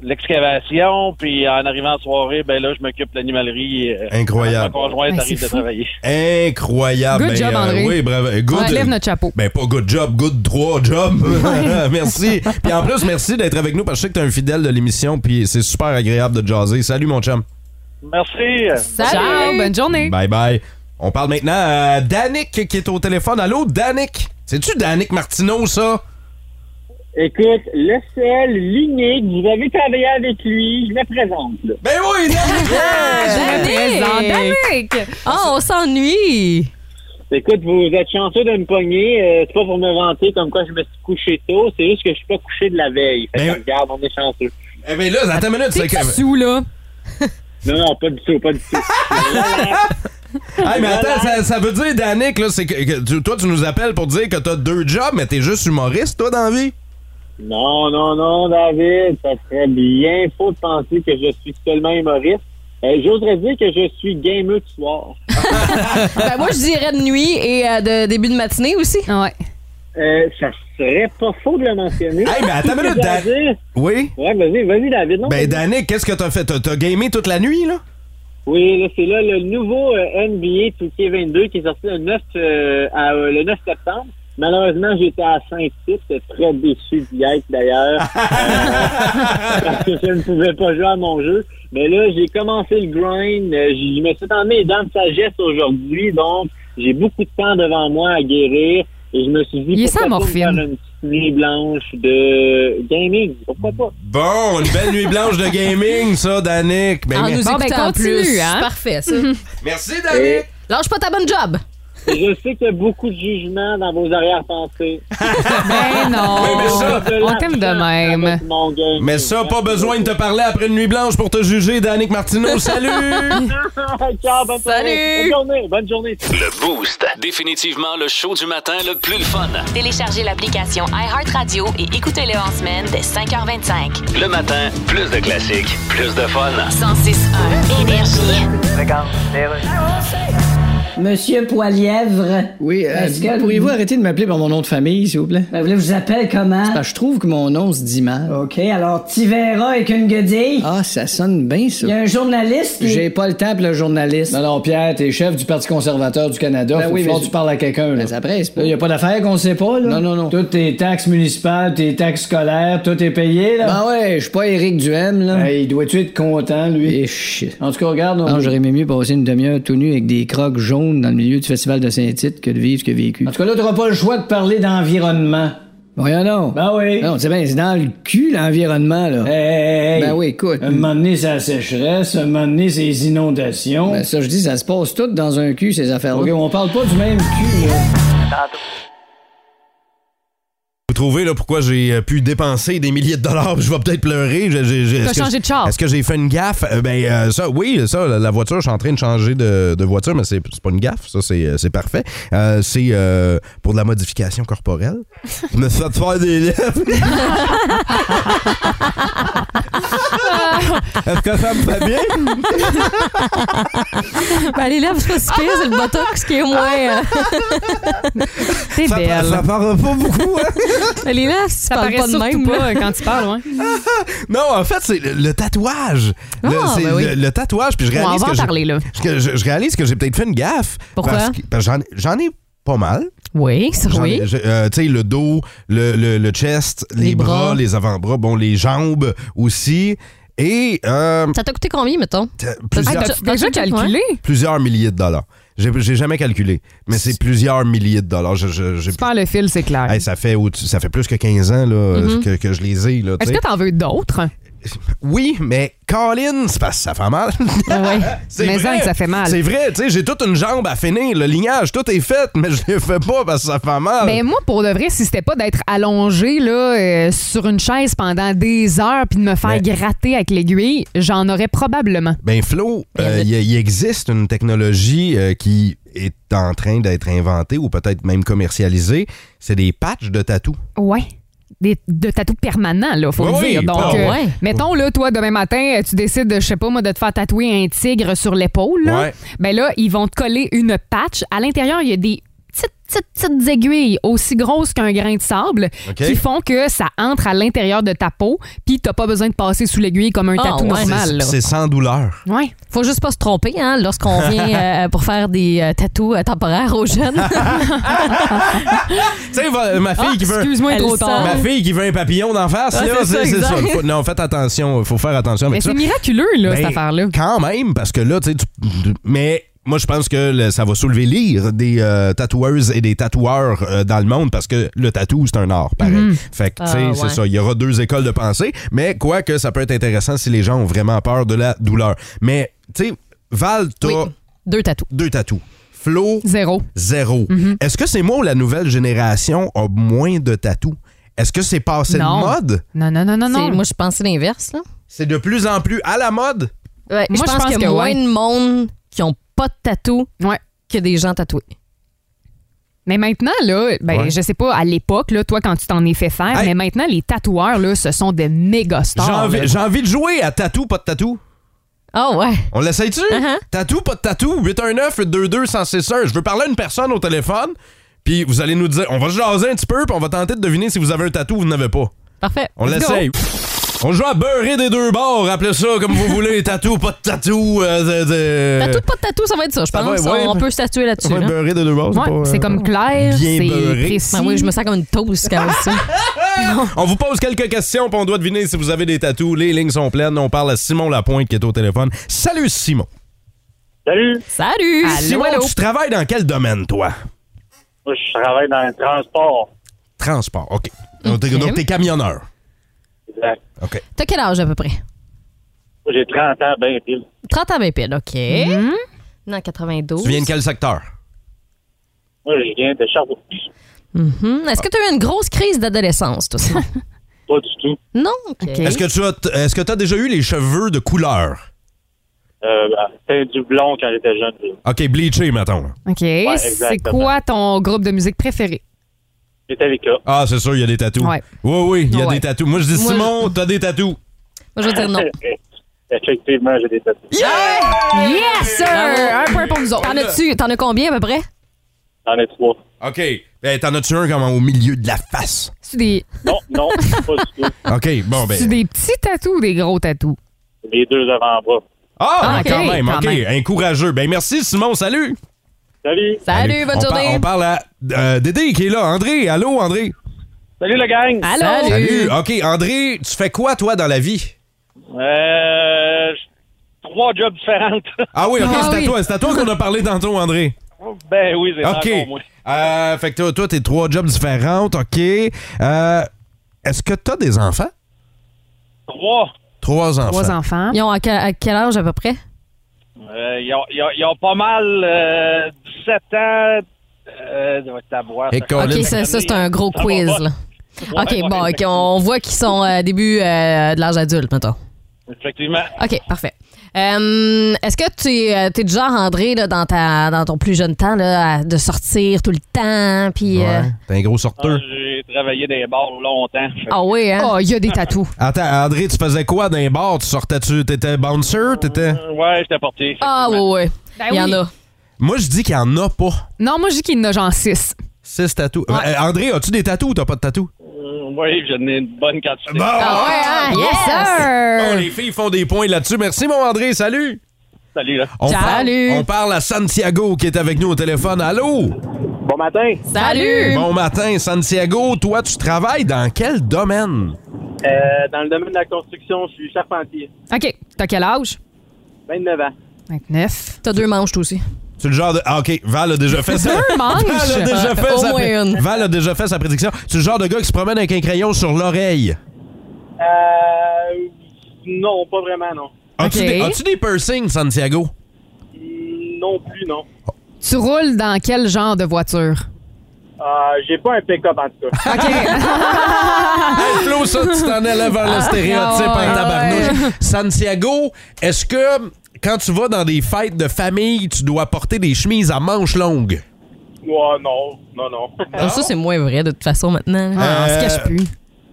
[SPEAKER 11] l'excavation. Puis en arrivant en soirée, ben là, je m'occupe de l'animalerie. euh, Ma
[SPEAKER 5] Incroyable.
[SPEAKER 11] conjointe
[SPEAKER 7] Ben,
[SPEAKER 11] arrive
[SPEAKER 7] c'est
[SPEAKER 11] de
[SPEAKER 7] fou.
[SPEAKER 11] travailler.
[SPEAKER 5] Incroyable. euh,
[SPEAKER 7] Good job, André.
[SPEAKER 5] oui, bravo. Good.
[SPEAKER 7] On lève notre chapeau.
[SPEAKER 5] Ben pas good job, good trois jobs. merci. Puis en plus, merci d'être avec nous parce que je sais que t'es un fidèle de l'émission puis c'est super agréable de jaser. Salut mon chum.
[SPEAKER 11] Merci.
[SPEAKER 6] Salut!
[SPEAKER 7] Ciao, Oh, bonne journée.
[SPEAKER 5] Bye bye. On parle maintenant à Danick qui est au téléphone. Allô, Danick? C'est-tu Danick Martineau, ça?
[SPEAKER 11] Écoute, le seul, l'unique, vous avez travaillé avec lui, je le présente.
[SPEAKER 5] Ben oui, Danick!
[SPEAKER 7] Ah, Présent,
[SPEAKER 6] Danick!
[SPEAKER 7] Danick.
[SPEAKER 6] Oh, on s'ennuie!
[SPEAKER 11] Écoute, vous êtes chanceux de me pogner. euh, c'est pas pour me vanter comme quoi je me suis couché tôt, c'est juste que je suis pas couché de la veille. Fait que
[SPEAKER 5] Ben-
[SPEAKER 11] regarde, on est chanceux.
[SPEAKER 5] Eh ben là, attends une minute. C'est
[SPEAKER 7] T'es
[SPEAKER 5] que...
[SPEAKER 7] tu sous, là?
[SPEAKER 11] Non, non, pas du tout, pas du tout.
[SPEAKER 5] Hey, mais attends, ça, ça veut dire, Danick, là, c'est que, que tu- toi, tu nous appelles pour dire que t'as deux jobs, mais t'es juste humoriste, toi, dans la vie?
[SPEAKER 11] Non, non, non, David, ça serait bien faux de penser que je suis seulement humoriste. Euh, J'oserais dire que je suis gameux du soir.
[SPEAKER 6] Ben, moi, je dirais de nuit et euh, de début de matinée aussi.
[SPEAKER 7] Ouais.
[SPEAKER 11] Euh, ça serait pas faux de le mentionner.
[SPEAKER 5] Hey, mais attends une minute,
[SPEAKER 11] Qu'est-ce que j'ai à
[SPEAKER 5] Dan-
[SPEAKER 11] dire?
[SPEAKER 5] Oui?
[SPEAKER 11] Ouais, vas-y, vas-y, David. Non,
[SPEAKER 5] Ben, Danick, qu'est-ce que t'as fait? T'as, t'as gamé toute la nuit, là?
[SPEAKER 10] Oui, là, c'est là le nouveau euh, NBA 2K22 qui est sorti le 9, euh, à, euh, le 9 septembre. Malheureusement, j'étais à Saint-Tite, très déçu d'y être d'ailleurs, euh, parce que je ne pouvais pas jouer à mon jeu. Mais là, j'ai commencé le grind, euh, je me suis dans mes dents de sagesse aujourd'hui, donc j'ai beaucoup de temps devant moi à guérir. Et je me suis dit,
[SPEAKER 7] Il est sans
[SPEAKER 10] pourquoi pas me faire
[SPEAKER 7] morphine.
[SPEAKER 10] une petite nuit blanche de gaming? Pourquoi pas?
[SPEAKER 5] Bon, une belle nuit blanche de gaming, ça, Danick. Ben,
[SPEAKER 6] En nous
[SPEAKER 5] merci.
[SPEAKER 7] Bon, ben,
[SPEAKER 6] écoutant en
[SPEAKER 7] continue,
[SPEAKER 6] plus.
[SPEAKER 7] hein?
[SPEAKER 6] Parfait, ça.
[SPEAKER 5] Merci, Danick.
[SPEAKER 6] Lâche pas ta bonne job.
[SPEAKER 10] Je sais qu'il y a beaucoup de jugements dans vos arrière-pensées.
[SPEAKER 7] Ben
[SPEAKER 5] Oui, mais
[SPEAKER 7] non.
[SPEAKER 5] ça-
[SPEAKER 7] On t'aime de même.
[SPEAKER 10] Avec mon game.
[SPEAKER 5] Mais ça, pas besoin de te parler après une nuit blanche pour te juger, Danick Martineau. Salut!
[SPEAKER 10] Ciao, bonne
[SPEAKER 6] Salut!
[SPEAKER 10] journée. Bonne journée. Bonne journée.
[SPEAKER 2] Le Boost. Définitivement le show du matin le plus le fun.
[SPEAKER 1] Téléchargez l'application iHeartRadio et écoutez-le en semaine dès 5h25.
[SPEAKER 2] Le matin, plus de classiques, plus de fun.
[SPEAKER 1] 106.1 Énergie.
[SPEAKER 9] Monsieur Poilièvre,
[SPEAKER 8] Oui, euh,
[SPEAKER 9] Est-ce que-
[SPEAKER 8] pourriez-vous arrêter de m'appeler par mon nom de famille, s'il vous plaît?
[SPEAKER 9] ben, vous voulez que je vous appelle comment?
[SPEAKER 8] Parce que je trouve que mon nom se dit mal.
[SPEAKER 9] OK, alors Tivera et une guedille.
[SPEAKER 8] Ah, ça sonne bien, ça.
[SPEAKER 9] Il y a un journaliste qui-
[SPEAKER 8] J'ai pas le temps pour le journaliste. Ben Non, non, Pierre, t'es chef du Parti conservateur du Canada.
[SPEAKER 9] Ben
[SPEAKER 8] faut
[SPEAKER 9] oui,
[SPEAKER 8] que
[SPEAKER 9] mais je-
[SPEAKER 8] tu parles à quelqu'un. là.
[SPEAKER 9] Ben, ça presse pas.
[SPEAKER 8] Là, y a pas d'affaires qu'on sait pas, là. Non, non, non. Toutes tes taxes municipales, tes taxes scolaires, tout est payé, là.
[SPEAKER 9] Ben ouais, je suis pas Éric Duhem, là.
[SPEAKER 8] Hey, il doit-tu être content, lui?
[SPEAKER 9] Et shit.
[SPEAKER 8] En tout cas, regarde. on-
[SPEAKER 9] Non, j'aurais aimé mieux passer une demi-heure tout nu avec des crocs jaunes dans le milieu du festival de Saint-Tite que de vivre ce que vécu.
[SPEAKER 8] En tout cas, là, t'auras pas le choix de parler d'environnement.
[SPEAKER 9] Voyons donc.
[SPEAKER 8] Ben oui.
[SPEAKER 9] Non, c'est bien, c'est dans le cul, l'environnement, là.
[SPEAKER 8] Hey, hey, hey.
[SPEAKER 9] Ben oui, écoute.
[SPEAKER 8] Un moment donné, c'est la sécheresse. Un moment donné, c'est les inondations.
[SPEAKER 9] Ben, ça, je dis, ça se passe tout dans un cul, ces affaires-là.
[SPEAKER 8] OK, on parle pas du même cul, là.
[SPEAKER 5] Vous trouvez là, pourquoi j'ai euh, pu dépenser des milliers de dollars, je vais peut-être pleurer. Je- je- je-
[SPEAKER 7] T'as
[SPEAKER 5] est-ce que
[SPEAKER 7] changé
[SPEAKER 5] je-
[SPEAKER 7] de char.
[SPEAKER 5] Est-ce que j'ai fait une gaffe? Euh, ben euh, ça, oui, ça, la, la voiture, je suis en train de changer de, de voiture, mais c'est c'est pas une gaffe, ça, c'est euh, c'est parfait. Euh, c'est euh, pour de la modification corporelle. je me suis fait faire des lèvres. Est-ce que ça me fait bien?
[SPEAKER 6] Ben, les lèvres, c'est pas si pire, c'est le botox qui est moins. euh,
[SPEAKER 7] T'es
[SPEAKER 5] Ça,
[SPEAKER 7] belle.
[SPEAKER 5] ça parle pas beaucoup, hein?
[SPEAKER 6] Ben, les lèvres, si tu
[SPEAKER 7] Ça
[SPEAKER 6] parles
[SPEAKER 7] paraît
[SPEAKER 6] pas de
[SPEAKER 7] surtout
[SPEAKER 6] même. là.
[SPEAKER 7] pas quand tu parles, hein.
[SPEAKER 5] Non, en fait, c'est le, le tatouage. Le,
[SPEAKER 7] Ah,
[SPEAKER 5] c'est
[SPEAKER 7] ben oui.
[SPEAKER 5] le, le tatouage, puis je
[SPEAKER 7] On
[SPEAKER 5] réalise
[SPEAKER 7] va en
[SPEAKER 5] que j'ai-
[SPEAKER 7] parler, là.
[SPEAKER 5] Parce que je, je réalise que j'ai peut-être fait une gaffe.
[SPEAKER 6] Pourquoi?
[SPEAKER 5] Parce que, parce que j'en, j'en ai pas mal.
[SPEAKER 6] Oui, c'est
[SPEAKER 5] J'en
[SPEAKER 6] oui.
[SPEAKER 5] ai- je- euh, tu sais, le dos, le, le- le chest, les,
[SPEAKER 6] Les
[SPEAKER 5] bras,
[SPEAKER 6] bras.
[SPEAKER 5] les avant-bras, bon, les jambes aussi. Et euh,
[SPEAKER 6] Ça t'a coûté combien, mettons?
[SPEAKER 5] t'as plusieurs,
[SPEAKER 6] Hey,
[SPEAKER 7] T'as Ah, déjà calculé?
[SPEAKER 5] plusieurs milliers de dollars. J'ai, j'ai jamais calculé, mais c'est plusieurs milliers de dollars. Je- je- j'ai-
[SPEAKER 7] Tu perds le fil, c'est clair. Mhm.
[SPEAKER 5] Hey, ça, fait, au- ça fait plus que 15 ans là, que, que je les ai. Là, tu
[SPEAKER 7] Est-ce
[SPEAKER 5] sais.
[SPEAKER 7] que t'en veux d'autres? hein?
[SPEAKER 5] Oui, mais Colin, c'est parce que ça fait mal.
[SPEAKER 7] Oui.
[SPEAKER 5] C'est
[SPEAKER 7] Ah Mais
[SPEAKER 5] vrai.
[SPEAKER 7] en que ça fait mal.
[SPEAKER 5] C'est vrai, tu sais, j'ai toute une jambe à finir, le lignage, tout est fait, mais je le fais pas parce que ça fait mal.
[SPEAKER 7] Ben moi, pour de vrai, si c'était pas d'être allongé là, euh, sur une chaise pendant des heures puis de me faire
[SPEAKER 5] Mais-
[SPEAKER 7] gratter avec l'aiguille, j'en aurais probablement.
[SPEAKER 5] Ben Flo, euh, il y a- il existe une technologie euh, qui est en train d'être inventée ou peut-être même commercialisée, c'est des patchs de tatou.
[SPEAKER 7] Ouais. Des, de tatou permanent, là, faut
[SPEAKER 5] Oui,
[SPEAKER 7] le
[SPEAKER 5] oui,
[SPEAKER 7] dire. Donc,
[SPEAKER 5] ah,
[SPEAKER 7] euh,
[SPEAKER 6] ouais.
[SPEAKER 7] mettons, là, toi, demain matin, tu décides, je sais pas, moi, de te faire tatouer un tigre sur l'épaule. là.
[SPEAKER 5] Ouais.
[SPEAKER 7] Ben là, ils vont te coller une patch. À l'intérieur, il y a des petites, petites, petites aiguilles aussi grosses qu'un grain de sable
[SPEAKER 5] OK.
[SPEAKER 7] qui font que ça entre à l'intérieur de ta peau, puis t'as pas besoin de passer sous l'aiguille comme un
[SPEAKER 6] Ah,
[SPEAKER 7] tatou
[SPEAKER 6] ouais.
[SPEAKER 7] normal.
[SPEAKER 5] C'est-
[SPEAKER 7] là.
[SPEAKER 5] C'est sans douleur.
[SPEAKER 7] Ouais.
[SPEAKER 6] Faut juste pas se tromper, hein, lorsqu'on vient euh, pour faire des euh, tatous euh, temporaires aux jeunes.
[SPEAKER 5] Ah, Tu sais, va- ma fille
[SPEAKER 7] Ah,
[SPEAKER 5] qui veut
[SPEAKER 7] Excuse-moi,
[SPEAKER 6] Elle
[SPEAKER 7] trop
[SPEAKER 6] le
[SPEAKER 7] tard.
[SPEAKER 6] sent.
[SPEAKER 5] ma fille qui veut un papillon d'en face,
[SPEAKER 6] Ah,
[SPEAKER 5] là,
[SPEAKER 6] c'est ça,
[SPEAKER 5] c'est c'est ça.
[SPEAKER 6] exact.
[SPEAKER 5] Faut- non, faites attention, faut faire attention
[SPEAKER 7] Mais
[SPEAKER 5] avec ça.
[SPEAKER 7] c'est miraculeux, là, cette
[SPEAKER 5] Ben,
[SPEAKER 7] affaire-là.
[SPEAKER 5] Quand même, parce que là, tu sais, tu- mais moi, je pense que le- ça va soulever l'ire des euh, tatoueuses et des tatoueurs euh, dans le monde parce que le tatou, c'est un art, pareil. Fait que, tu sais,
[SPEAKER 6] Ah, ouais.
[SPEAKER 5] c'est ça. Il y aura deux écoles de pensée, mais quoi que ça peut être intéressant si les gens ont vraiment peur de la douleur. Mais, tu sais, Val, t'as
[SPEAKER 6] Oui. Deux tatous. Mhm.
[SPEAKER 5] deux tatous. Flo,
[SPEAKER 7] Zéro.
[SPEAKER 5] zéro. Est-ce que c'est moi ou la nouvelle génération a moins de tatous? Est-ce que Ah, c'est passé
[SPEAKER 7] Non.
[SPEAKER 5] de mode?
[SPEAKER 7] Non, non, non, non,
[SPEAKER 6] C'est-
[SPEAKER 7] non.
[SPEAKER 6] Moi, je pensais l'inverse. là.
[SPEAKER 5] C'est de plus en plus à la mode?
[SPEAKER 6] Ouais,
[SPEAKER 7] Moi,
[SPEAKER 6] je pense, qu'il y a
[SPEAKER 7] que
[SPEAKER 6] moins
[SPEAKER 7] ouais.
[SPEAKER 6] de monde qui ont pas de tatou
[SPEAKER 7] Ouais.
[SPEAKER 6] que des gens tatoués.
[SPEAKER 7] Mais maintenant, là, ben,
[SPEAKER 5] Ouais.
[SPEAKER 7] je sais pas, à l'époque, là, toi, quand tu t'en es fait faire,
[SPEAKER 5] Hey.
[SPEAKER 7] mais maintenant, les tatoueurs, là, ce sont des méga
[SPEAKER 5] J'ai
[SPEAKER 7] stars.
[SPEAKER 5] envie,
[SPEAKER 7] là.
[SPEAKER 5] j'ai envie de jouer à tatou, pas de tatou.
[SPEAKER 6] Ah ouais.
[SPEAKER 5] On l'essaye-tu?
[SPEAKER 6] Uh-huh.
[SPEAKER 5] Tatou, pas de tatou? 819 822 161 Je veux parler à une personne au téléphone, puis vous allez nous dire, on va jaser un petit peu, puis on va tenter de deviner si vous avez un tatou ou vous n'avez pas.
[SPEAKER 6] Parfait.
[SPEAKER 5] On
[SPEAKER 6] Let's go.
[SPEAKER 5] l'essaye. On joue à beurrer des deux bords, appelez ça comme vous voulez, tatou, pas de tatou. euh, de- de-
[SPEAKER 6] Tatou, pas de tatou, ça va être ça, je
[SPEAKER 5] Ça
[SPEAKER 6] pense.
[SPEAKER 5] va, ouais,
[SPEAKER 6] on
[SPEAKER 5] mais-
[SPEAKER 6] peut statuer là-dessus.
[SPEAKER 5] Ouais,
[SPEAKER 6] là.
[SPEAKER 5] beurré de deux bords, c'est
[SPEAKER 6] Ouais,
[SPEAKER 5] pas, euh,
[SPEAKER 6] c'est comme clair,
[SPEAKER 5] bien
[SPEAKER 6] c'est
[SPEAKER 5] beurré.
[SPEAKER 6] précis. Ben oui, je me sens comme une toast quand même.
[SPEAKER 5] On vous pose quelques questions, puis on doit deviner si vous avez des tatous. Les lignes sont pleines. On parle à Simon Lapointe qui est au téléphone. Salut Simon.
[SPEAKER 10] Salut.
[SPEAKER 6] Salut.
[SPEAKER 5] Simon, tu travailles dans quel domaine, toi?
[SPEAKER 10] Moi, je travaille dans le transport.
[SPEAKER 5] Transport, OK. Donc, t'es- Donc, t'es camionneur.
[SPEAKER 10] Exact.
[SPEAKER 5] OK.
[SPEAKER 6] T'as quel âge à peu près?
[SPEAKER 10] Moi, j'ai 30 ans, ben pile.
[SPEAKER 6] 30 ans, ben pile, OK. Non, 92.
[SPEAKER 5] Tu viens de quel secteur?
[SPEAKER 10] Moi, je viens de Charbourg.
[SPEAKER 6] Mhm. Est-ce que tu as eu une grosse crise d'adolescence, toi, Simon?
[SPEAKER 10] Pas du tout.
[SPEAKER 6] non? OK.
[SPEAKER 5] Est-ce que tu as, t- est-ce que t'as déjà eu les cheveux de couleur?
[SPEAKER 10] Euh, ben, c'était du blond quand j'étais jeune.
[SPEAKER 5] OK, bleaché, mettons.
[SPEAKER 7] OK. c'est
[SPEAKER 10] exactement.
[SPEAKER 7] quoi ton groupe de musique préféré?
[SPEAKER 10] Metallica.
[SPEAKER 5] Ah, c'est sûr, il y a des tatous.
[SPEAKER 7] Ouais.
[SPEAKER 5] Oui, oui, il y a
[SPEAKER 7] Ouais.
[SPEAKER 5] des tatous. Moi, je dis,
[SPEAKER 7] Moi,
[SPEAKER 5] Simon, t'as des tatous.
[SPEAKER 6] Moi, je vais dire non.
[SPEAKER 10] Effectivement, j'ai des tatous.
[SPEAKER 6] Yes, sir! Un point pour nous autres. T'en as-tu- T'en as combien à peu près?
[SPEAKER 10] J'en ai trois.
[SPEAKER 5] OK. Eh, t'en as-tu un comme au milieu de la face?
[SPEAKER 7] C'est des,
[SPEAKER 10] Non, non, pas du tout.
[SPEAKER 5] OK, bon, ben.
[SPEAKER 7] c'est-tu des petits tatous ou des gros tatous?
[SPEAKER 10] Les deux avant-bras.
[SPEAKER 5] Ah,
[SPEAKER 7] Ah,
[SPEAKER 5] ben, quand
[SPEAKER 7] ok,
[SPEAKER 5] même,
[SPEAKER 7] quand
[SPEAKER 5] OK.
[SPEAKER 7] même.
[SPEAKER 5] Encourageux. Ben, merci, Simon. Salut.
[SPEAKER 10] Salut.
[SPEAKER 6] Salut, bonne
[SPEAKER 5] on par-
[SPEAKER 6] journée.
[SPEAKER 5] on parle à euh, Dédé qui est là. André, allô, André.
[SPEAKER 10] Salut, le gang.
[SPEAKER 6] Allô?
[SPEAKER 5] Salut. OK, André, tu fais quoi, toi, dans la vie?
[SPEAKER 10] Euh, j- trois jobs différentes.
[SPEAKER 5] Ah oui, OK,
[SPEAKER 6] Ah
[SPEAKER 5] c'est à
[SPEAKER 6] oui.
[SPEAKER 5] toi. C'est à toi qu'on a parlé tantôt, André.
[SPEAKER 10] ben oui, c'est
[SPEAKER 5] OK.
[SPEAKER 10] encore moi.
[SPEAKER 5] Euh, fait que toi- toi, t'es trois jobs différentes. OK. Euh, Est-ce que t'as des enfants?
[SPEAKER 10] Trois.
[SPEAKER 5] Trois enfants.
[SPEAKER 7] Trois enfants.
[SPEAKER 6] Ils ont à, que- à quel âge à peu près?
[SPEAKER 10] Euh, Ils ont, ils ont- ils ont pas mal euh, 17 ans. Euh, doit être à boire,
[SPEAKER 5] Et
[SPEAKER 10] ça.
[SPEAKER 5] qu'on-
[SPEAKER 6] OK, ça, ça, c'est un gros
[SPEAKER 10] Ça va
[SPEAKER 6] quiz,
[SPEAKER 10] pas.
[SPEAKER 6] là. OK,
[SPEAKER 10] Ouais,
[SPEAKER 6] bon,
[SPEAKER 10] ouais,
[SPEAKER 6] OK, on voit qu'ils sont euh, début euh, de l'âge adulte, mettons.
[SPEAKER 10] Effectivement.
[SPEAKER 6] OK, parfait. Euh, Est-ce que tu es, du genre, André, là, dans, ta, dans ton plus jeune temps, là, à- de sortir tout le temps? Puis. euh,
[SPEAKER 5] Ouais, T'es un gros sorteur.
[SPEAKER 10] Ah, J'ai travaillé dans les bars longtemps.
[SPEAKER 6] Ah oui, hein?
[SPEAKER 7] Oh, il y a des tatous.
[SPEAKER 5] Attends, André, tu faisais quoi dans les bars? Tu sortais-tu? T'étais bouncer? T'étais...
[SPEAKER 10] Euh, Ouais, j'étais porté.
[SPEAKER 6] Ah oui, oui.
[SPEAKER 7] Ben
[SPEAKER 6] Il y
[SPEAKER 7] oui.
[SPEAKER 6] en a.
[SPEAKER 5] Moi, je dis qu'il n'y en a pas.
[SPEAKER 7] Non, moi, je dis qu'il y en a genre six.
[SPEAKER 5] Six tatous. Euh, André, as-tu des tatous ou t'as pas de tatous?
[SPEAKER 10] Euh, ouais, j'en ai une bonne quantité.
[SPEAKER 6] Ah ouais, hein? Yes,
[SPEAKER 5] Bon,
[SPEAKER 7] Euh.
[SPEAKER 6] sir!
[SPEAKER 5] les filles font des points là-dessus. Merci, mon André. Salut.
[SPEAKER 10] Salut, là.
[SPEAKER 5] On
[SPEAKER 6] Salut.
[SPEAKER 5] Parle, on parle à Santiago qui est avec nous au téléphone. Allô?
[SPEAKER 10] Bon matin.
[SPEAKER 6] Salut!
[SPEAKER 5] Bon matin, Santiago. Toi, tu travailles dans quel domaine?
[SPEAKER 10] Euh, dans le domaine de la construction, je suis charpentier.
[SPEAKER 7] OK. T'as quel âge?
[SPEAKER 10] 29 ans.
[SPEAKER 7] 29.
[SPEAKER 6] T'as deux manches, toi aussi.
[SPEAKER 5] Tu le genre de. Ah, OK. Val a déjà fait ça.
[SPEAKER 7] Deux manches.
[SPEAKER 5] Val a déjà fait
[SPEAKER 6] Au
[SPEAKER 5] sa-
[SPEAKER 6] moins une.
[SPEAKER 5] Val a déjà fait sa prédiction. Tu le genre de gars qui se promène avec un crayon sur l'oreille.
[SPEAKER 10] Euh, non, pas vraiment, non.
[SPEAKER 5] As-tu
[SPEAKER 7] OK.
[SPEAKER 5] des, as-tu des piercings, Santiago?
[SPEAKER 10] Non plus, non.
[SPEAKER 7] Tu roules dans quel genre de voiture?
[SPEAKER 10] Euh, j'ai pas un pick-up, en tout cas.
[SPEAKER 6] Ah!
[SPEAKER 5] Hey, Flo, ça, tu t'en allais vers le stéréotype
[SPEAKER 7] Ah, ouais,
[SPEAKER 5] en tabarnouche. Santiago, est-ce que quand tu vas dans des fêtes de famille, tu dois porter des chemises à manches longues?
[SPEAKER 10] ouais, non, non, non.
[SPEAKER 6] Ah, Ça, c'est moins vrai, de toute façon, maintenant.
[SPEAKER 7] Ah,
[SPEAKER 5] Euh,
[SPEAKER 7] On se cache plus.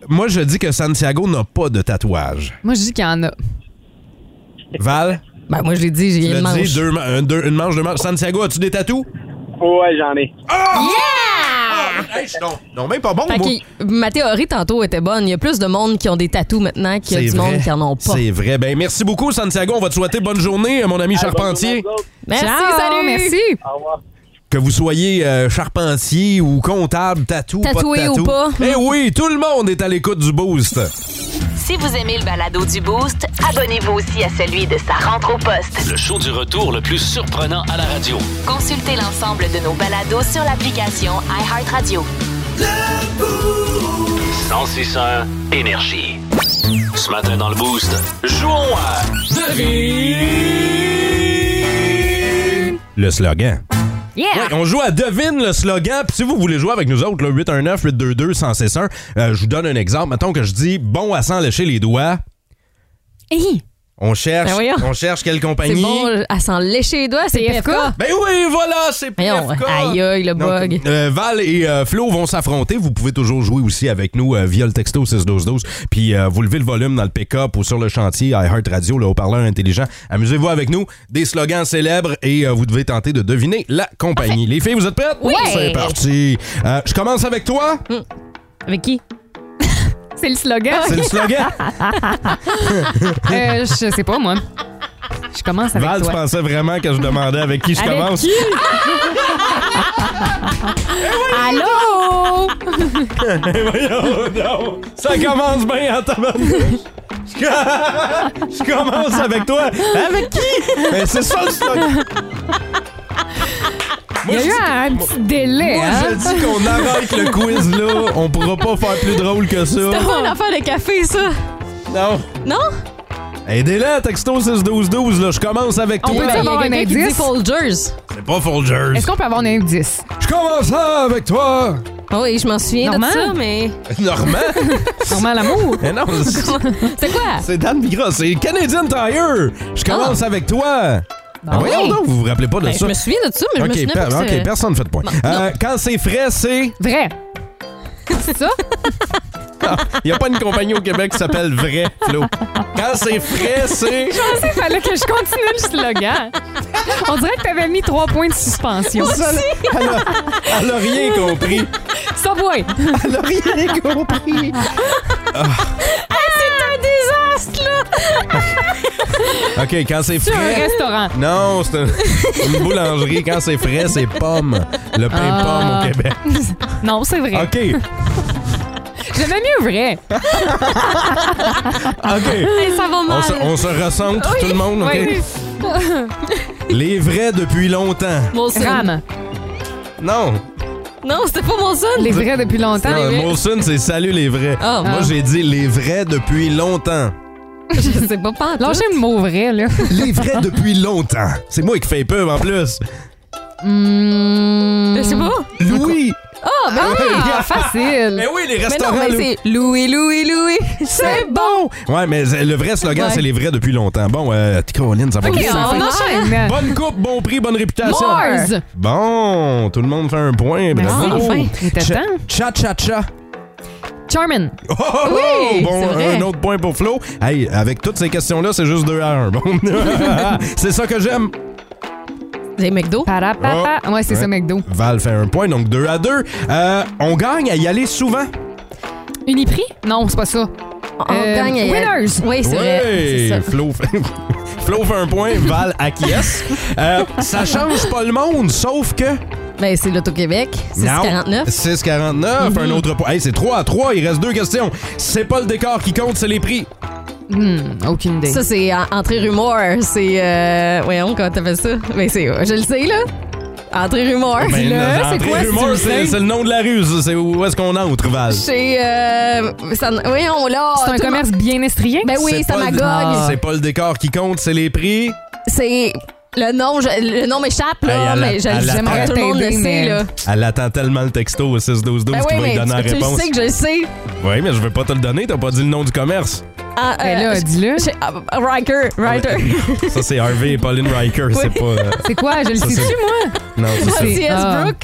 [SPEAKER 5] Moi, je dis que Santiago n'a pas de tatouage.
[SPEAKER 7] Moi, je dis qu'il y en a.
[SPEAKER 5] Val,
[SPEAKER 6] Ben, moi, je l'ai dit, j'ai
[SPEAKER 5] tu
[SPEAKER 6] une
[SPEAKER 5] l'as dit,
[SPEAKER 6] manche.
[SPEAKER 5] deux ma- un- deux- une manche, deux manches. Santiago, as-tu des tatous?
[SPEAKER 10] ouais, j'en ai.
[SPEAKER 7] Ah!
[SPEAKER 10] Ah!
[SPEAKER 5] Hey, je suis non, non, même pas bon,
[SPEAKER 6] Fait
[SPEAKER 5] moi.
[SPEAKER 6] que ma théorie tantôt était bonne. Il y a plus de monde qui ont des tatous maintenant qu'il y a du monde qui en ont pas.
[SPEAKER 5] C'est vrai. Ben, merci beaucoup, Santiago. On va te souhaiter bonne journée, mon ami charpentier.
[SPEAKER 6] Merci,
[SPEAKER 7] Ciao,
[SPEAKER 6] salut!
[SPEAKER 7] Merci.
[SPEAKER 10] Au revoir.
[SPEAKER 5] Que vous soyez euh, charpentier ou comptable, tatou,
[SPEAKER 6] Tatoué
[SPEAKER 5] pas de
[SPEAKER 6] ou
[SPEAKER 5] tatou.
[SPEAKER 6] pas.
[SPEAKER 5] Eh oui, tout le monde est à l'écoute du boost.
[SPEAKER 1] Si vous aimez le balado du Boost, abonnez-vous aussi à celui de sa rentre au poste.
[SPEAKER 2] Le show du retour le plus surprenant à la radio.
[SPEAKER 1] Consultez l'ensemble de nos balados sur l'application iHeartRadio.
[SPEAKER 2] 1061 Énergie. Ce matin dans le Boost, jouons à
[SPEAKER 5] Le slogan.
[SPEAKER 7] Yeah!
[SPEAKER 5] Ouais, on joue à devine le slogan. Puis si vous voulez jouer avec nous autres, le 819 822 161 je vous donne un exemple. Mettons que je dis bon à sans lécher les doigts.
[SPEAKER 7] Hey!
[SPEAKER 5] On cherche,
[SPEAKER 6] Ben voyons.
[SPEAKER 5] on cherche quelle
[SPEAKER 6] C'est
[SPEAKER 5] compagnie.
[SPEAKER 6] bon, à s'en lécher les doigts, c'est
[SPEAKER 7] PFK.
[SPEAKER 6] PFK.
[SPEAKER 5] Ben oui, voilà, c'est
[SPEAKER 6] Voyons,
[SPEAKER 5] PFK.
[SPEAKER 6] aïe, aïe, le
[SPEAKER 5] Donc,
[SPEAKER 6] bug.
[SPEAKER 5] euh, Val et euh, Flo vont s'affronter. Vous pouvez toujours jouer aussi avec nous euh, via le texto 61212. Puis euh, vous levez le volume dans le pick-up ou sur le chantier iHeart Radio, le haut-parleur intelligent. Amusez-vous avec nous. Des slogans célèbres et euh, vous devez tenter de deviner la compagnie. Les filles, vous êtes prêtes?
[SPEAKER 6] Oui.
[SPEAKER 5] C'est parti. Euh, Je commence avec toi.
[SPEAKER 6] Avec qui?
[SPEAKER 7] C'est le slogan.
[SPEAKER 5] C'est le slogan.
[SPEAKER 7] Euh, je sais pas, moi. Je commence avec
[SPEAKER 5] Val, tu
[SPEAKER 7] toi.
[SPEAKER 5] pensais vraiment que je demandais avec qui je
[SPEAKER 7] Avec
[SPEAKER 5] commence?
[SPEAKER 7] qui? Allô?
[SPEAKER 5] Eh, voyons donc. Ça commence bien en tabarnouche. Je com- Je commence avec toi. Avec qui? Mais c'est ça le slogan.
[SPEAKER 7] Il y a eu un, un petit délai.
[SPEAKER 5] Moi,
[SPEAKER 7] hein?
[SPEAKER 5] je dis qu'on arrête le quiz là. On pourra pas faire plus drôle que ça.
[SPEAKER 6] C'était pas une affaire de café, ça.
[SPEAKER 5] Non.
[SPEAKER 6] Non?
[SPEAKER 5] Aidez-la, texto 61212. Là, je commence avec
[SPEAKER 7] On
[SPEAKER 5] toi.
[SPEAKER 7] peut-tu
[SPEAKER 6] Il y a
[SPEAKER 7] avoir un
[SPEAKER 6] quelqu'un qui dit
[SPEAKER 7] indice?
[SPEAKER 6] Folgers.
[SPEAKER 5] C'est pas Folgers.
[SPEAKER 7] Est-ce qu'on peut avoir un indice?
[SPEAKER 5] Je commence avec toi.
[SPEAKER 6] Ah Oui, je m'en souviens
[SPEAKER 7] Normand?
[SPEAKER 6] de ça, mais.
[SPEAKER 5] Normand?
[SPEAKER 7] Normal l'amour?
[SPEAKER 5] Mais non, c'est-
[SPEAKER 6] C'est quoi?
[SPEAKER 5] c'est Dan Bigra, c'est Canadian Tire. Je commence avec toi. Ah, voyons
[SPEAKER 6] oui.
[SPEAKER 5] donc, vous vous rappelez pas de
[SPEAKER 6] Ben,
[SPEAKER 5] ça.
[SPEAKER 6] je me souviens de ça, mais
[SPEAKER 5] Ok,
[SPEAKER 6] je me souviens
[SPEAKER 5] per-
[SPEAKER 6] pas.
[SPEAKER 5] ok, personne ne fait de point. Euh, quand c'est frais, c'est.
[SPEAKER 7] Vrai. C'est ça?
[SPEAKER 5] Il n'y a pas une compagnie au Québec qui s'appelle Vrai, Flo. Quand c'est frais, c'est.
[SPEAKER 7] Je pensais qu'il fallait que je continue le slogan. On dirait que t'avais mis trois points de suspension.
[SPEAKER 5] Ça, là, Elle a, elle a rien compris.
[SPEAKER 7] Subway.
[SPEAKER 5] Elle a rien compris.
[SPEAKER 6] Ah, C'est un désastre, là!
[SPEAKER 5] OK, quand c'est
[SPEAKER 7] C'est un
[SPEAKER 5] frais.
[SPEAKER 7] restaurant.
[SPEAKER 5] Non, c'est un- une boulangerie. Quand c'est frais, c'est pomme. Le pain
[SPEAKER 7] Ah.
[SPEAKER 5] pomme au Québec.
[SPEAKER 7] Non, c'est vrai.
[SPEAKER 5] OK,
[SPEAKER 7] J'aimais mieux vrai.
[SPEAKER 5] OK.
[SPEAKER 6] Hey, ça va
[SPEAKER 5] On
[SPEAKER 6] mal.
[SPEAKER 5] se, on se recentre, tout le monde, OK?
[SPEAKER 7] Oui.
[SPEAKER 5] Les vrais depuis longtemps.
[SPEAKER 6] Molson.
[SPEAKER 7] Ram.
[SPEAKER 5] Non.
[SPEAKER 6] Non, c'était pas Molson.
[SPEAKER 7] Les vrais depuis longtemps.
[SPEAKER 5] non, Molson, c'est salut les vrais.
[SPEAKER 6] Ah.
[SPEAKER 5] Moi, j'ai dit les vrais depuis longtemps.
[SPEAKER 6] Je sais pas, pas en tout.
[SPEAKER 7] Lâchez le mot vrai, là.
[SPEAKER 5] Les vrais depuis longtemps. C'est moi qui fais peur en plus.
[SPEAKER 7] Hmm.
[SPEAKER 6] Je sais pas.
[SPEAKER 5] Louis.
[SPEAKER 6] Hmm. Ah, ben oui.
[SPEAKER 7] Ah, facile.
[SPEAKER 5] Mais oui, les
[SPEAKER 6] Mais
[SPEAKER 5] restaurants.
[SPEAKER 6] non, mais
[SPEAKER 5] Louis.
[SPEAKER 6] c'est Louis, Louis, Louis. C'est bon.
[SPEAKER 5] Ouais, mais c'est- le vrai slogan,
[SPEAKER 6] Ouais.
[SPEAKER 5] c'est les vrais depuis longtemps. Bon, euh, Colin, ça va
[SPEAKER 7] OK,
[SPEAKER 5] bien. ça.
[SPEAKER 7] on enchaîne.
[SPEAKER 5] Bonne coupe, bon prix, bonne réputation.
[SPEAKER 7] Mars.
[SPEAKER 5] Bon, tout le monde fait un point.
[SPEAKER 7] Merci,
[SPEAKER 5] Eh ben, Bravo.
[SPEAKER 7] enfin. Il était temps.
[SPEAKER 5] Cha cha cha.
[SPEAKER 7] Charmin.
[SPEAKER 5] Oh, oh, oh,
[SPEAKER 6] Oui,
[SPEAKER 5] bon,
[SPEAKER 6] c'est vrai.
[SPEAKER 5] un autre point pour Flo. Hey, avec toutes ces questions-là, c'est juste 2 à 1. Bon. c'est ça que j'aime.
[SPEAKER 6] Les McDo.
[SPEAKER 7] Parapapa. Ah, Ouais, c'est
[SPEAKER 5] Ouais.
[SPEAKER 7] ça, McDo.
[SPEAKER 5] Val fait un point, donc 2 à 2. on gagne à y aller souvent.
[SPEAKER 7] Uniprix? Non, c'est pas ça.
[SPEAKER 6] On
[SPEAKER 7] Euh,
[SPEAKER 6] gagne. euh,
[SPEAKER 7] Winners.
[SPEAKER 6] Oui, c'est vrai.
[SPEAKER 5] Ouais,
[SPEAKER 6] C'est ça.
[SPEAKER 5] Flo, fait... Flo fait un point, Val acquiesce. Euh, ça change pas le monde, sauf que...
[SPEAKER 6] Ben, c'est l'Auto-Québec. C'est 49.
[SPEAKER 5] 6,49, un autre point. Hey, c'est 3 à 3, il reste deux questions. C'est pas le décor qui compte, c'est les prix.
[SPEAKER 7] Hmm, aucune idée.
[SPEAKER 6] Ça, c'est en- entrée rumeur. C'est. Euh... Voyons, comment t'appelles ça? Ben, c'est. Je le sais, là. Entrée rumeur.
[SPEAKER 5] Ben,
[SPEAKER 6] là,
[SPEAKER 5] l'entrée
[SPEAKER 6] c'est quoi?
[SPEAKER 5] rumeur,
[SPEAKER 6] si tu le
[SPEAKER 5] c'est
[SPEAKER 6] sais?
[SPEAKER 5] c'est le nom de la rue, ça. c'est où est-ce qu'on entre, Val?
[SPEAKER 6] Chez. Euh... ça- Voyons, là.
[SPEAKER 7] C'est un
[SPEAKER 6] tout le
[SPEAKER 7] commerce bien estrié?
[SPEAKER 6] Ben oui,
[SPEAKER 5] C'est
[SPEAKER 6] ça
[SPEAKER 5] pas le-
[SPEAKER 6] m'agogne.
[SPEAKER 5] C'est pas le décor qui compte, c'est les prix.
[SPEAKER 6] C'est. Le nom, je- le nom m'échappe, là,
[SPEAKER 5] Hey, elle a-
[SPEAKER 6] mais je-
[SPEAKER 5] elle a-
[SPEAKER 6] j'aimerais que tout le monde le
[SPEAKER 7] Arrêtez,
[SPEAKER 6] sait,
[SPEAKER 7] mais-
[SPEAKER 6] là.
[SPEAKER 5] Elle attend tellement le texto au 6-12-12
[SPEAKER 6] Ben
[SPEAKER 5] qu'il va
[SPEAKER 6] oui,
[SPEAKER 5] lui
[SPEAKER 6] mais
[SPEAKER 5] donner la
[SPEAKER 6] tu, tu le
[SPEAKER 5] réponse.
[SPEAKER 6] sais que je le sais.
[SPEAKER 5] Oui, mais je vais pas te le donner, t'as pas dit le nom du commerce.
[SPEAKER 6] Ah,
[SPEAKER 7] Ben là,
[SPEAKER 6] je-
[SPEAKER 7] dis-le.
[SPEAKER 6] je- ah, Riker, Riker.
[SPEAKER 5] Ça, c'est Harvey et Pauline Riker, c'est pas. euh,
[SPEAKER 7] C'est quoi? Je le
[SPEAKER 5] c'est-
[SPEAKER 7] sais-tu, moi?
[SPEAKER 5] non, ça, c'est.
[SPEAKER 6] CS
[SPEAKER 7] Ah.
[SPEAKER 6] Brook.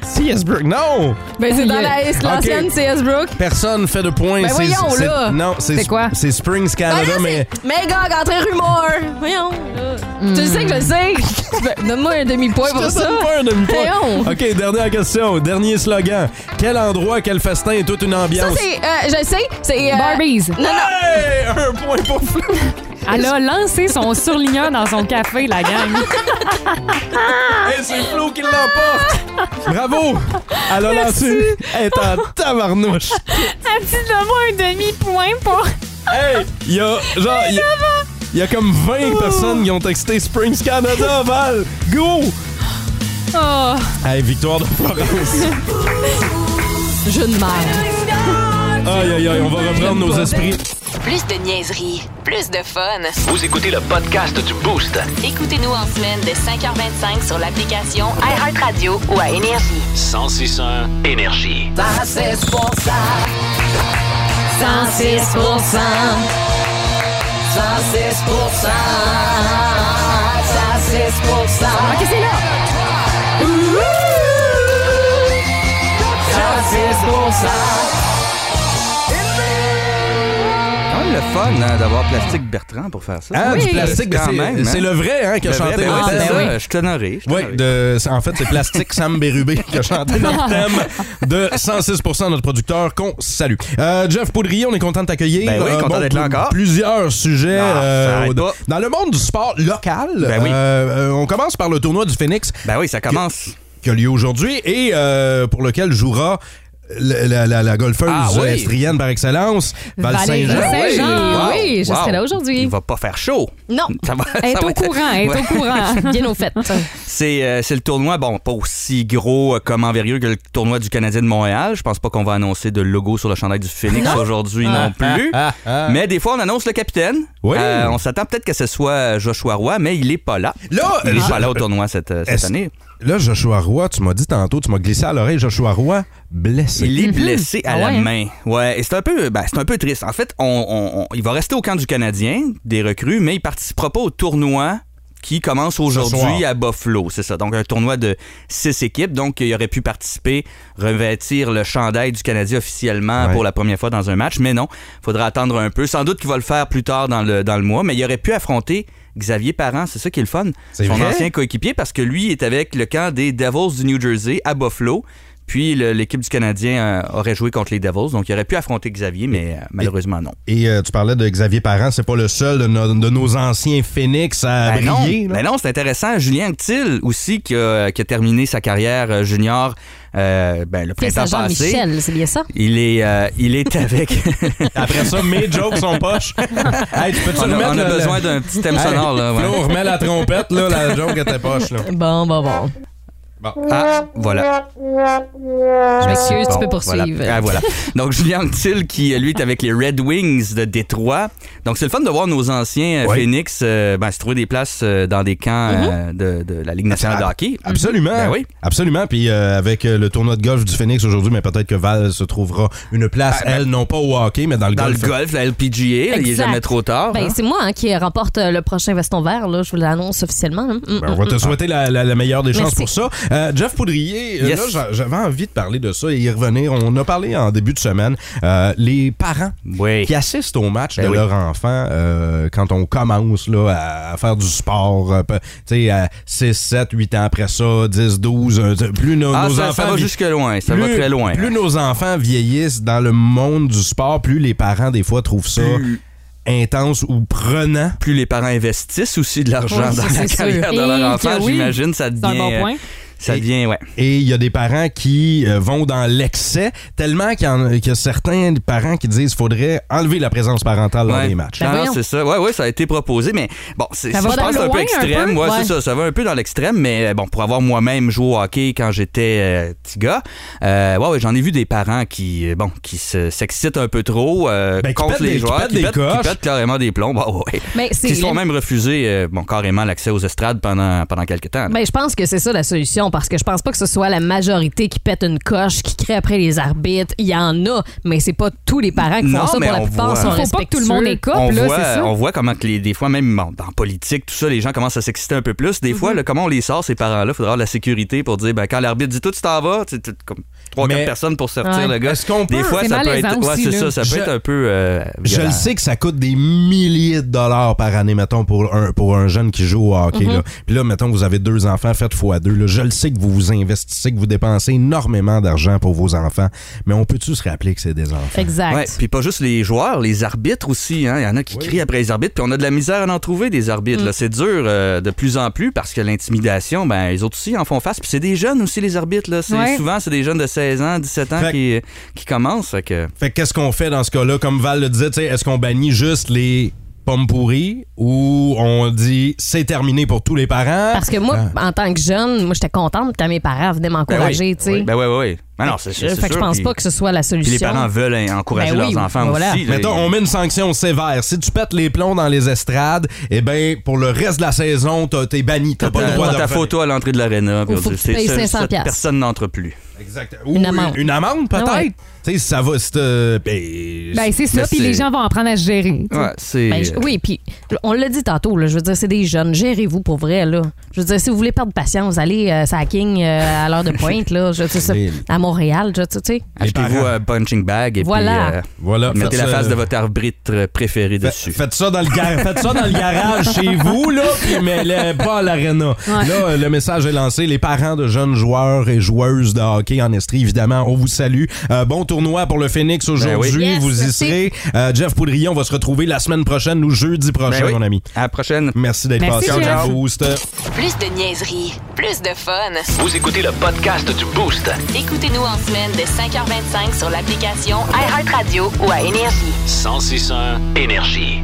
[SPEAKER 5] C.S. Brooke, non!
[SPEAKER 6] Ben, c'est dans
[SPEAKER 7] Aïe,
[SPEAKER 6] la
[SPEAKER 7] aïe.
[SPEAKER 6] c'est l'ancienne
[SPEAKER 5] Ok.
[SPEAKER 6] CS Brook.
[SPEAKER 5] Personne fait de point.
[SPEAKER 6] Ben
[SPEAKER 5] c'est-
[SPEAKER 6] voyons,
[SPEAKER 5] c'est-
[SPEAKER 6] là.
[SPEAKER 5] Non,
[SPEAKER 7] C'est quoi?
[SPEAKER 5] C'est Springs
[SPEAKER 6] Ah,
[SPEAKER 5] Canada,
[SPEAKER 6] là,
[SPEAKER 5] mais.
[SPEAKER 6] c'est Magog, entrée rumeur. Voyons. là. Tu le sais que je le sais. Ben, Donne-moi un demi-point
[SPEAKER 5] Je
[SPEAKER 6] pour
[SPEAKER 5] te
[SPEAKER 6] ça.
[SPEAKER 5] donne pas un demi-point.
[SPEAKER 6] Voyons.
[SPEAKER 5] OK, dernière question, dernier slogan. Quel endroit, quel festin et toute une
[SPEAKER 6] Ça,
[SPEAKER 5] ambiance?
[SPEAKER 6] c'est. euh, je le sais. C'est. euh,
[SPEAKER 7] Barbies.
[SPEAKER 6] Non, non.
[SPEAKER 5] Hey! Un point pour Flo!
[SPEAKER 7] Elle a lancé son surligneur dans son café, la gang.
[SPEAKER 6] Ah!
[SPEAKER 5] Hey, Eh, c'est Flo qui l'emporte! Bravo! Elle a lancé. Elle est en tabarnouche.
[SPEAKER 7] Elle dit de moi un demi-point pour...
[SPEAKER 5] Hey! Il y a genre. Il y a- il y a comme 20 personnes qui ont texté Springs Canada, Val! Go!
[SPEAKER 7] Oh.
[SPEAKER 6] Ah.
[SPEAKER 5] Hey, victoire de Florence!
[SPEAKER 6] Jeu de merde.
[SPEAKER 5] Aïe, aïe, aïe, on va reprendre nos esprits.
[SPEAKER 1] Plus de niaiserie, plus de fun.
[SPEAKER 2] Vous écoutez le podcast du Boost.
[SPEAKER 1] Écoutez-nous en semaine de 5h25 sur l'application iHeartRadio ou à Énergie.
[SPEAKER 2] 1061 Énergie.
[SPEAKER 6] 106
[SPEAKER 7] OK, c'est là.
[SPEAKER 5] Quand même le
[SPEAKER 12] fun hein, d'avoir Plastique Bertrand pour faire ça.
[SPEAKER 5] Ah, du plastique, ben,
[SPEAKER 12] Quand
[SPEAKER 5] c'est-
[SPEAKER 12] même,
[SPEAKER 5] c'est le vrai, hein, qui a
[SPEAKER 12] Le vrai,
[SPEAKER 5] chanté
[SPEAKER 12] ben,
[SPEAKER 5] le
[SPEAKER 12] c'est
[SPEAKER 5] thème.
[SPEAKER 12] ça, Je suis honoré.
[SPEAKER 5] Oui, de- c'est- en fait, c'est Plastique Sam Bérubé qui a chanté notre thème de 106 notre producteur qu'on salue. Euh, Jeff Poudrier, on est content de t'accueillir.
[SPEAKER 12] Ben oui, content d'être là
[SPEAKER 5] pl-
[SPEAKER 12] encore.
[SPEAKER 5] Plusieurs sujets
[SPEAKER 12] Ah, ça
[SPEAKER 5] euh,
[SPEAKER 12] arrête
[SPEAKER 5] dans
[SPEAKER 12] pas.
[SPEAKER 5] dans le monde du sport local.
[SPEAKER 12] Ben oui.
[SPEAKER 5] euh, euh, on commence par le tournoi du Phoenix. Ben oui, ça
[SPEAKER 12] commence.
[SPEAKER 5] Qui a lieu aujourd'hui et euh, pour lequel jouera la, la- la- la golfeuse
[SPEAKER 12] Ah oui.
[SPEAKER 5] estrienne par excellence, Val
[SPEAKER 6] Valérie
[SPEAKER 5] Saint-Jean.
[SPEAKER 6] Saint-Jean, Ah oui, je serai là aujourd'hui.
[SPEAKER 12] Il va pas faire chaud.
[SPEAKER 6] Non.
[SPEAKER 12] Ça va-
[SPEAKER 6] Elle
[SPEAKER 12] ça
[SPEAKER 6] est
[SPEAKER 12] va
[SPEAKER 6] au
[SPEAKER 12] être-
[SPEAKER 6] courant, elle est
[SPEAKER 12] Ouais.
[SPEAKER 6] au courant. Bien au fait.
[SPEAKER 12] C'est euh, c'est le tournoi, bon, pas aussi gros euh, comme envergure que le tournoi du Canadien de Montréal. Je pense pas qu'on va annoncer de logo sur le chandail du Phoenix
[SPEAKER 2] Non.
[SPEAKER 12] aujourd'hui
[SPEAKER 2] Ah.
[SPEAKER 12] non plus.
[SPEAKER 2] Ah, ah, ah.
[SPEAKER 12] Mais des fois, on annonce le capitaine. Euh, on s'attend peut-être que ce soit Joshua Roy, mais il est pas là.
[SPEAKER 5] Là,
[SPEAKER 12] il est
[SPEAKER 5] je-
[SPEAKER 12] pas là au tournoi cette, euh, cette
[SPEAKER 5] Est-ce-
[SPEAKER 12] année.
[SPEAKER 5] Là, Joshua Roy, tu m'as dit tantôt, tu m'as glissé à l'oreille, Joshua Roy blessé.
[SPEAKER 12] Il
[SPEAKER 2] Mhm.
[SPEAKER 12] est blessé
[SPEAKER 6] Ah
[SPEAKER 2] Ah
[SPEAKER 12] à
[SPEAKER 6] hein?
[SPEAKER 2] hein?
[SPEAKER 12] la main. Ouais, et c'est un peu, ben, c'est un peu triste. En fait, on, on- on- il va rester au camp du Canadien des recrues, mais il participera pas au tournoi qui commence
[SPEAKER 5] soir.
[SPEAKER 12] aujourd'hui à Buffalo, c'est ça. Donc un tournoi de six équipes, donc il aurait pu participer, revêtir le chandail du Canadien officiellement pour la première fois dans un match, mais non, faudra attendre un peu. Sans doute qu'il va le faire plus tard dans le dans le mois, mais il aurait pu affronter Xavier Parent, c'est ça qui est le fun.
[SPEAKER 5] C'est
[SPEAKER 12] Son
[SPEAKER 5] vrai?
[SPEAKER 12] ancien coéquipier parce que lui est avec le camp des Devils du New Jersey à Buffalo. Puis le- l'équipe du Canadien euh, aurait joué contre les Devils, donc il aurait pu affronter Xavier, mais euh, malheureusement non.
[SPEAKER 5] Et euh, tu parlais de Xavier Parent, c'est pas le seul de, nos- de nos anciens Phoenix à
[SPEAKER 12] Ben non,
[SPEAKER 5] Euh, briller. là.
[SPEAKER 12] ben non, c'est intéressant. Julien Actil aussi, qui a, qui a terminé sa carrière euh, junior euh, ben, le
[SPEAKER 6] C'est
[SPEAKER 12] printemps passé.
[SPEAKER 6] Jean-Michel, c'est bien ça?
[SPEAKER 12] Il est, euh, il est avec.
[SPEAKER 5] Après ça, mes jokes sont poches. Hey, tu peux-tu
[SPEAKER 12] On a-
[SPEAKER 5] remettre,
[SPEAKER 12] on a
[SPEAKER 5] là,
[SPEAKER 12] besoin
[SPEAKER 5] le-
[SPEAKER 12] d'un petit thème sonore, là, ouais.
[SPEAKER 5] Flo, on remet la trompette, là, la joke était poche. Là.
[SPEAKER 6] Bon, bon, bon.
[SPEAKER 5] Bon.
[SPEAKER 12] Ah, voilà.
[SPEAKER 6] Je m'excuse, tu peux
[SPEAKER 12] Bon, voilà.
[SPEAKER 6] poursuivre.
[SPEAKER 12] Ah, voilà. Donc, Julien Anctil, qui, euh, lui, est avec les Red Wings de Détroit. Donc, c'est le fun de voir nos anciens euh, Phoenix euh, ben, se trouver des places euh, dans des camps euh,
[SPEAKER 6] Mm-hmm.
[SPEAKER 12] de, de la Ligue nationale de
[SPEAKER 5] Ah,
[SPEAKER 12] hockey.
[SPEAKER 5] Absolument.
[SPEAKER 12] Ben oui.
[SPEAKER 5] Absolument. Puis euh, avec euh, le tournoi de golf du Phoenix aujourd'hui, mais peut-être que Val se trouvera une place, elle, non pas au hockey, mais dans le
[SPEAKER 12] Ah, ben Dans
[SPEAKER 5] golf.
[SPEAKER 12] le golf, la LPGA, il est
[SPEAKER 6] Exact.
[SPEAKER 12] jamais trop tard.
[SPEAKER 6] Ben,
[SPEAKER 12] hein.
[SPEAKER 6] c'est moi hein, qui remporte euh, le prochain veston vert, là. je vous l'annonce officiellement. hein. Mm,
[SPEAKER 5] Ben, on va
[SPEAKER 6] mm,
[SPEAKER 5] te
[SPEAKER 6] mm.
[SPEAKER 5] souhaiter la, la- la meilleure des chances
[SPEAKER 6] Merci.
[SPEAKER 5] pour ça. Euh, Jeff Poudrier, euh,
[SPEAKER 12] Yes.
[SPEAKER 5] là, j'a- j'avais envie de parler de ça et y revenir. On a parlé en début de semaine. euh, les parents qui assistent au match
[SPEAKER 12] Ben
[SPEAKER 5] de
[SPEAKER 12] oui.
[SPEAKER 5] leur enfant euh, quand on commence là, à- à faire du sport, euh, pe- tu sais, à 6, 7, 8 ans après ça, 10, 12, euh, t'sais, plus nos,
[SPEAKER 12] Ah,
[SPEAKER 5] nos
[SPEAKER 12] ça,
[SPEAKER 5] enfants...
[SPEAKER 12] ça va
[SPEAKER 5] vi-
[SPEAKER 12] jusque loin, ça va
[SPEAKER 5] plus-
[SPEAKER 12] très loin.
[SPEAKER 5] Plus nos enfants vieillissent dans le monde du sport, plus les parents, des fois, trouvent ça... intense ou prenant.
[SPEAKER 12] Plus les parents investissent aussi de l'argent
[SPEAKER 5] Oui,
[SPEAKER 12] dans
[SPEAKER 5] c'est
[SPEAKER 12] la
[SPEAKER 5] sûr.
[SPEAKER 12] carrière de
[SPEAKER 5] Et
[SPEAKER 12] leur
[SPEAKER 5] que
[SPEAKER 12] enfant,
[SPEAKER 5] oui.
[SPEAKER 12] j'imagine, ça
[SPEAKER 5] C'est un
[SPEAKER 12] devient.
[SPEAKER 5] bon
[SPEAKER 12] euh,
[SPEAKER 5] point.
[SPEAKER 12] Ça devient, ouais.
[SPEAKER 5] Et il y a des parents qui euh, vont dans l'excès, tellement qu'il y, en a- qu'il y a certains parents qui disent qu'il faudrait enlever la présence parentale dans
[SPEAKER 12] Ouais.
[SPEAKER 5] les matchs.
[SPEAKER 12] Non, c'est ça. Ouais, ouais, ça a été proposé, mais bon, c'est
[SPEAKER 5] Ben Ça
[SPEAKER 12] ça,
[SPEAKER 5] va
[SPEAKER 12] je
[SPEAKER 5] dans
[SPEAKER 12] pense
[SPEAKER 5] le
[SPEAKER 12] un peu
[SPEAKER 5] loin, un
[SPEAKER 12] extrême.
[SPEAKER 5] peu.
[SPEAKER 12] ouais,
[SPEAKER 5] Ouais.
[SPEAKER 12] c'est ça. Ça va un peu dans l'extrême, mais euh, bon, pour avoir moi-même joué au hockey quand j'étais euh, petit gars, euh, ouais, ouais, j'en ai vu des parents qui, euh, bon, qui se- s'excitent un peu trop euh,
[SPEAKER 5] Ben, qui
[SPEAKER 12] contre
[SPEAKER 5] pètent
[SPEAKER 12] les
[SPEAKER 5] des- qui
[SPEAKER 12] joueurs,
[SPEAKER 5] pètent des coches.
[SPEAKER 12] qui pètent carrément des plombs. Bah, ouais.
[SPEAKER 6] Mais c'est-
[SPEAKER 12] qui se font même refuser, euh, bon, carrément l'accès aux estrades pendant pendant quelques temps. là.
[SPEAKER 6] Ben, je pense que c'est ça la solution parce que je pense pas que ce soit la majorité qui pète une coche, qui crée après les arbitres. Il y en a, mais c'est pas tous les parents qui
[SPEAKER 12] Non,
[SPEAKER 6] font ça. Pour
[SPEAKER 12] mais
[SPEAKER 6] la
[SPEAKER 12] on
[SPEAKER 6] plupart,
[SPEAKER 12] voit.
[SPEAKER 6] sont
[SPEAKER 12] Faut pas que
[SPEAKER 6] respectueux.
[SPEAKER 7] tout le monde écope,
[SPEAKER 12] on voit, on voit comment que les, des fois, même bon, en politique, tout ça, les gens commencent à s'exciter un peu plus. Des fois, là, comment on les sort, ces parents-là? Il faudra avoir la sécurité pour dire, ben, quand l'arbitre dit tout, tu t'en vas, tu sais, tu- comme trois, quatre personnes pour sortir
[SPEAKER 5] Ouais.
[SPEAKER 12] le gars.
[SPEAKER 5] Est-ce qu'on peut-
[SPEAKER 12] Des fois,
[SPEAKER 5] C'est
[SPEAKER 12] ça peut
[SPEAKER 5] malaisant
[SPEAKER 12] être, ouais,
[SPEAKER 5] aussi,
[SPEAKER 12] c'est ça,
[SPEAKER 5] là.
[SPEAKER 12] ça peut
[SPEAKER 5] Je-
[SPEAKER 12] être un peu. euh,
[SPEAKER 5] Je le
[SPEAKER 12] violent.
[SPEAKER 5] sais que ça coûte des milliers de dollars par année, mettons, pour un, pour un jeune qui joue au hockey.
[SPEAKER 12] Mhm.
[SPEAKER 5] là. Puis là, mettons, vous avez deux enfants, faites fois deux. là. Je le sais que vous vous investissez, que vous dépensez énormément d'argent pour vos enfants, mais on peut-tu se rappeler que c'est des enfants?
[SPEAKER 6] Exact.
[SPEAKER 12] Ouais, puis pas juste les joueurs, les arbitres aussi. hein. Il y en a qui crient après les arbitres, puis on a de la misère à en trouver des arbitres. là. C'est dur euh, de plus en plus parce que l'intimidation, ben, les autres aussi en font face. Puis c'est des jeunes aussi, les arbitres. Là. C'est-
[SPEAKER 5] Ouais.
[SPEAKER 12] Souvent, c'est des jeunes de 16 ans, 17 ans
[SPEAKER 5] Fait-
[SPEAKER 12] qui, qui commencent. fait que...
[SPEAKER 5] Fait que qu'est-ce qu'on fait dans ce cas-là? Comme Val le disait, tu sais, est-ce qu'on bannit juste les pommes pourries ou on dit c'est terminé pour tous les parents? Ah.
[SPEAKER 6] Parce que moi, en tant que jeune, moi, j'étais contente quand mes parents venaient m'encourager, tu sais.
[SPEAKER 12] Ah. Ben oui, oui, oui. Ben non, c'est c'est-
[SPEAKER 6] Fait
[SPEAKER 12] c'est
[SPEAKER 6] que je
[SPEAKER 12] sûr,
[SPEAKER 6] pense
[SPEAKER 12] puis-
[SPEAKER 6] pas que ce soit la solution.
[SPEAKER 12] Puis les parents veulent hein, encourager
[SPEAKER 6] Ben oui,
[SPEAKER 12] leurs enfants
[SPEAKER 6] voilà.
[SPEAKER 12] aussi. là.
[SPEAKER 5] Mettons, on met une sanction sévère. Si tu pètes les plombs dans les estrades, eh ben pour le reste de la saison, t'as- t'es banni. T'as pas
[SPEAKER 12] Prends
[SPEAKER 5] le droit de
[SPEAKER 12] ta photo à l'entrée de l'aréna. puis
[SPEAKER 5] Ou
[SPEAKER 12] on
[SPEAKER 5] faut
[SPEAKER 12] dit,
[SPEAKER 5] que tu
[SPEAKER 12] c'est-
[SPEAKER 5] payes
[SPEAKER 12] c'est-
[SPEAKER 5] 500
[SPEAKER 12] cette
[SPEAKER 5] piastres.
[SPEAKER 12] Personne n'entre plus.
[SPEAKER 5] Exact. Ou Une amende, peut-être.
[SPEAKER 7] Ah ouais.
[SPEAKER 5] Tu sais, si ça va. si t'as- ben,
[SPEAKER 7] Ben, c'est ça,
[SPEAKER 5] mais
[SPEAKER 7] puis les gens vont apprendre à se gérer. tu sais.
[SPEAKER 12] Ouais, c'est.
[SPEAKER 6] Ben, je- oui, puis on l'a dit tantôt, là, je veux dire, c'est des jeunes. Gérez-vous pour vrai, là. Je veux dire, si vous voulez perdre patience, allez euh, sur la King euh, à l'heure de pointe, là. Je, tu sais, ça- à un Montréal, tu sais, tu sais.
[SPEAKER 12] Achetez-vous un punching bag et
[SPEAKER 6] Voilà.
[SPEAKER 12] puis euh,
[SPEAKER 5] Voilà,
[SPEAKER 12] mettez
[SPEAKER 5] faites
[SPEAKER 12] la
[SPEAKER 5] ça.
[SPEAKER 12] face de votre arbitre préféré dessus.
[SPEAKER 5] Faites ça dans le, gar- faites ça dans le garage chez vous, là, puis mets-le pas à l'aréna. Là, euh, le message est lancé. Les parents de jeunes joueurs et joueuses de hockey en Estrie, évidemment, on vous salue. Euh, bon tournoi pour le Phoenix aujourd'hui.
[SPEAKER 12] Ben oui. Yes,
[SPEAKER 5] vous y
[SPEAKER 12] merci.
[SPEAKER 5] serez. Euh, Jeff Poudrillon va se retrouver la semaine prochaine ou jeudi prochain,
[SPEAKER 12] Ben oui.
[SPEAKER 5] mon ami.
[SPEAKER 12] À la prochaine.
[SPEAKER 5] Merci d'être
[SPEAKER 12] Merci,
[SPEAKER 5] passé. au
[SPEAKER 12] Jeff.
[SPEAKER 5] Boost.
[SPEAKER 1] Plus de niaiserie, plus de fun.
[SPEAKER 2] Vous écoutez le podcast du Boost.
[SPEAKER 1] Écoutez-nous en semaine de 5h25 sur l'application iHeartRadio ou à Énergie.
[SPEAKER 2] 1061 Énergie.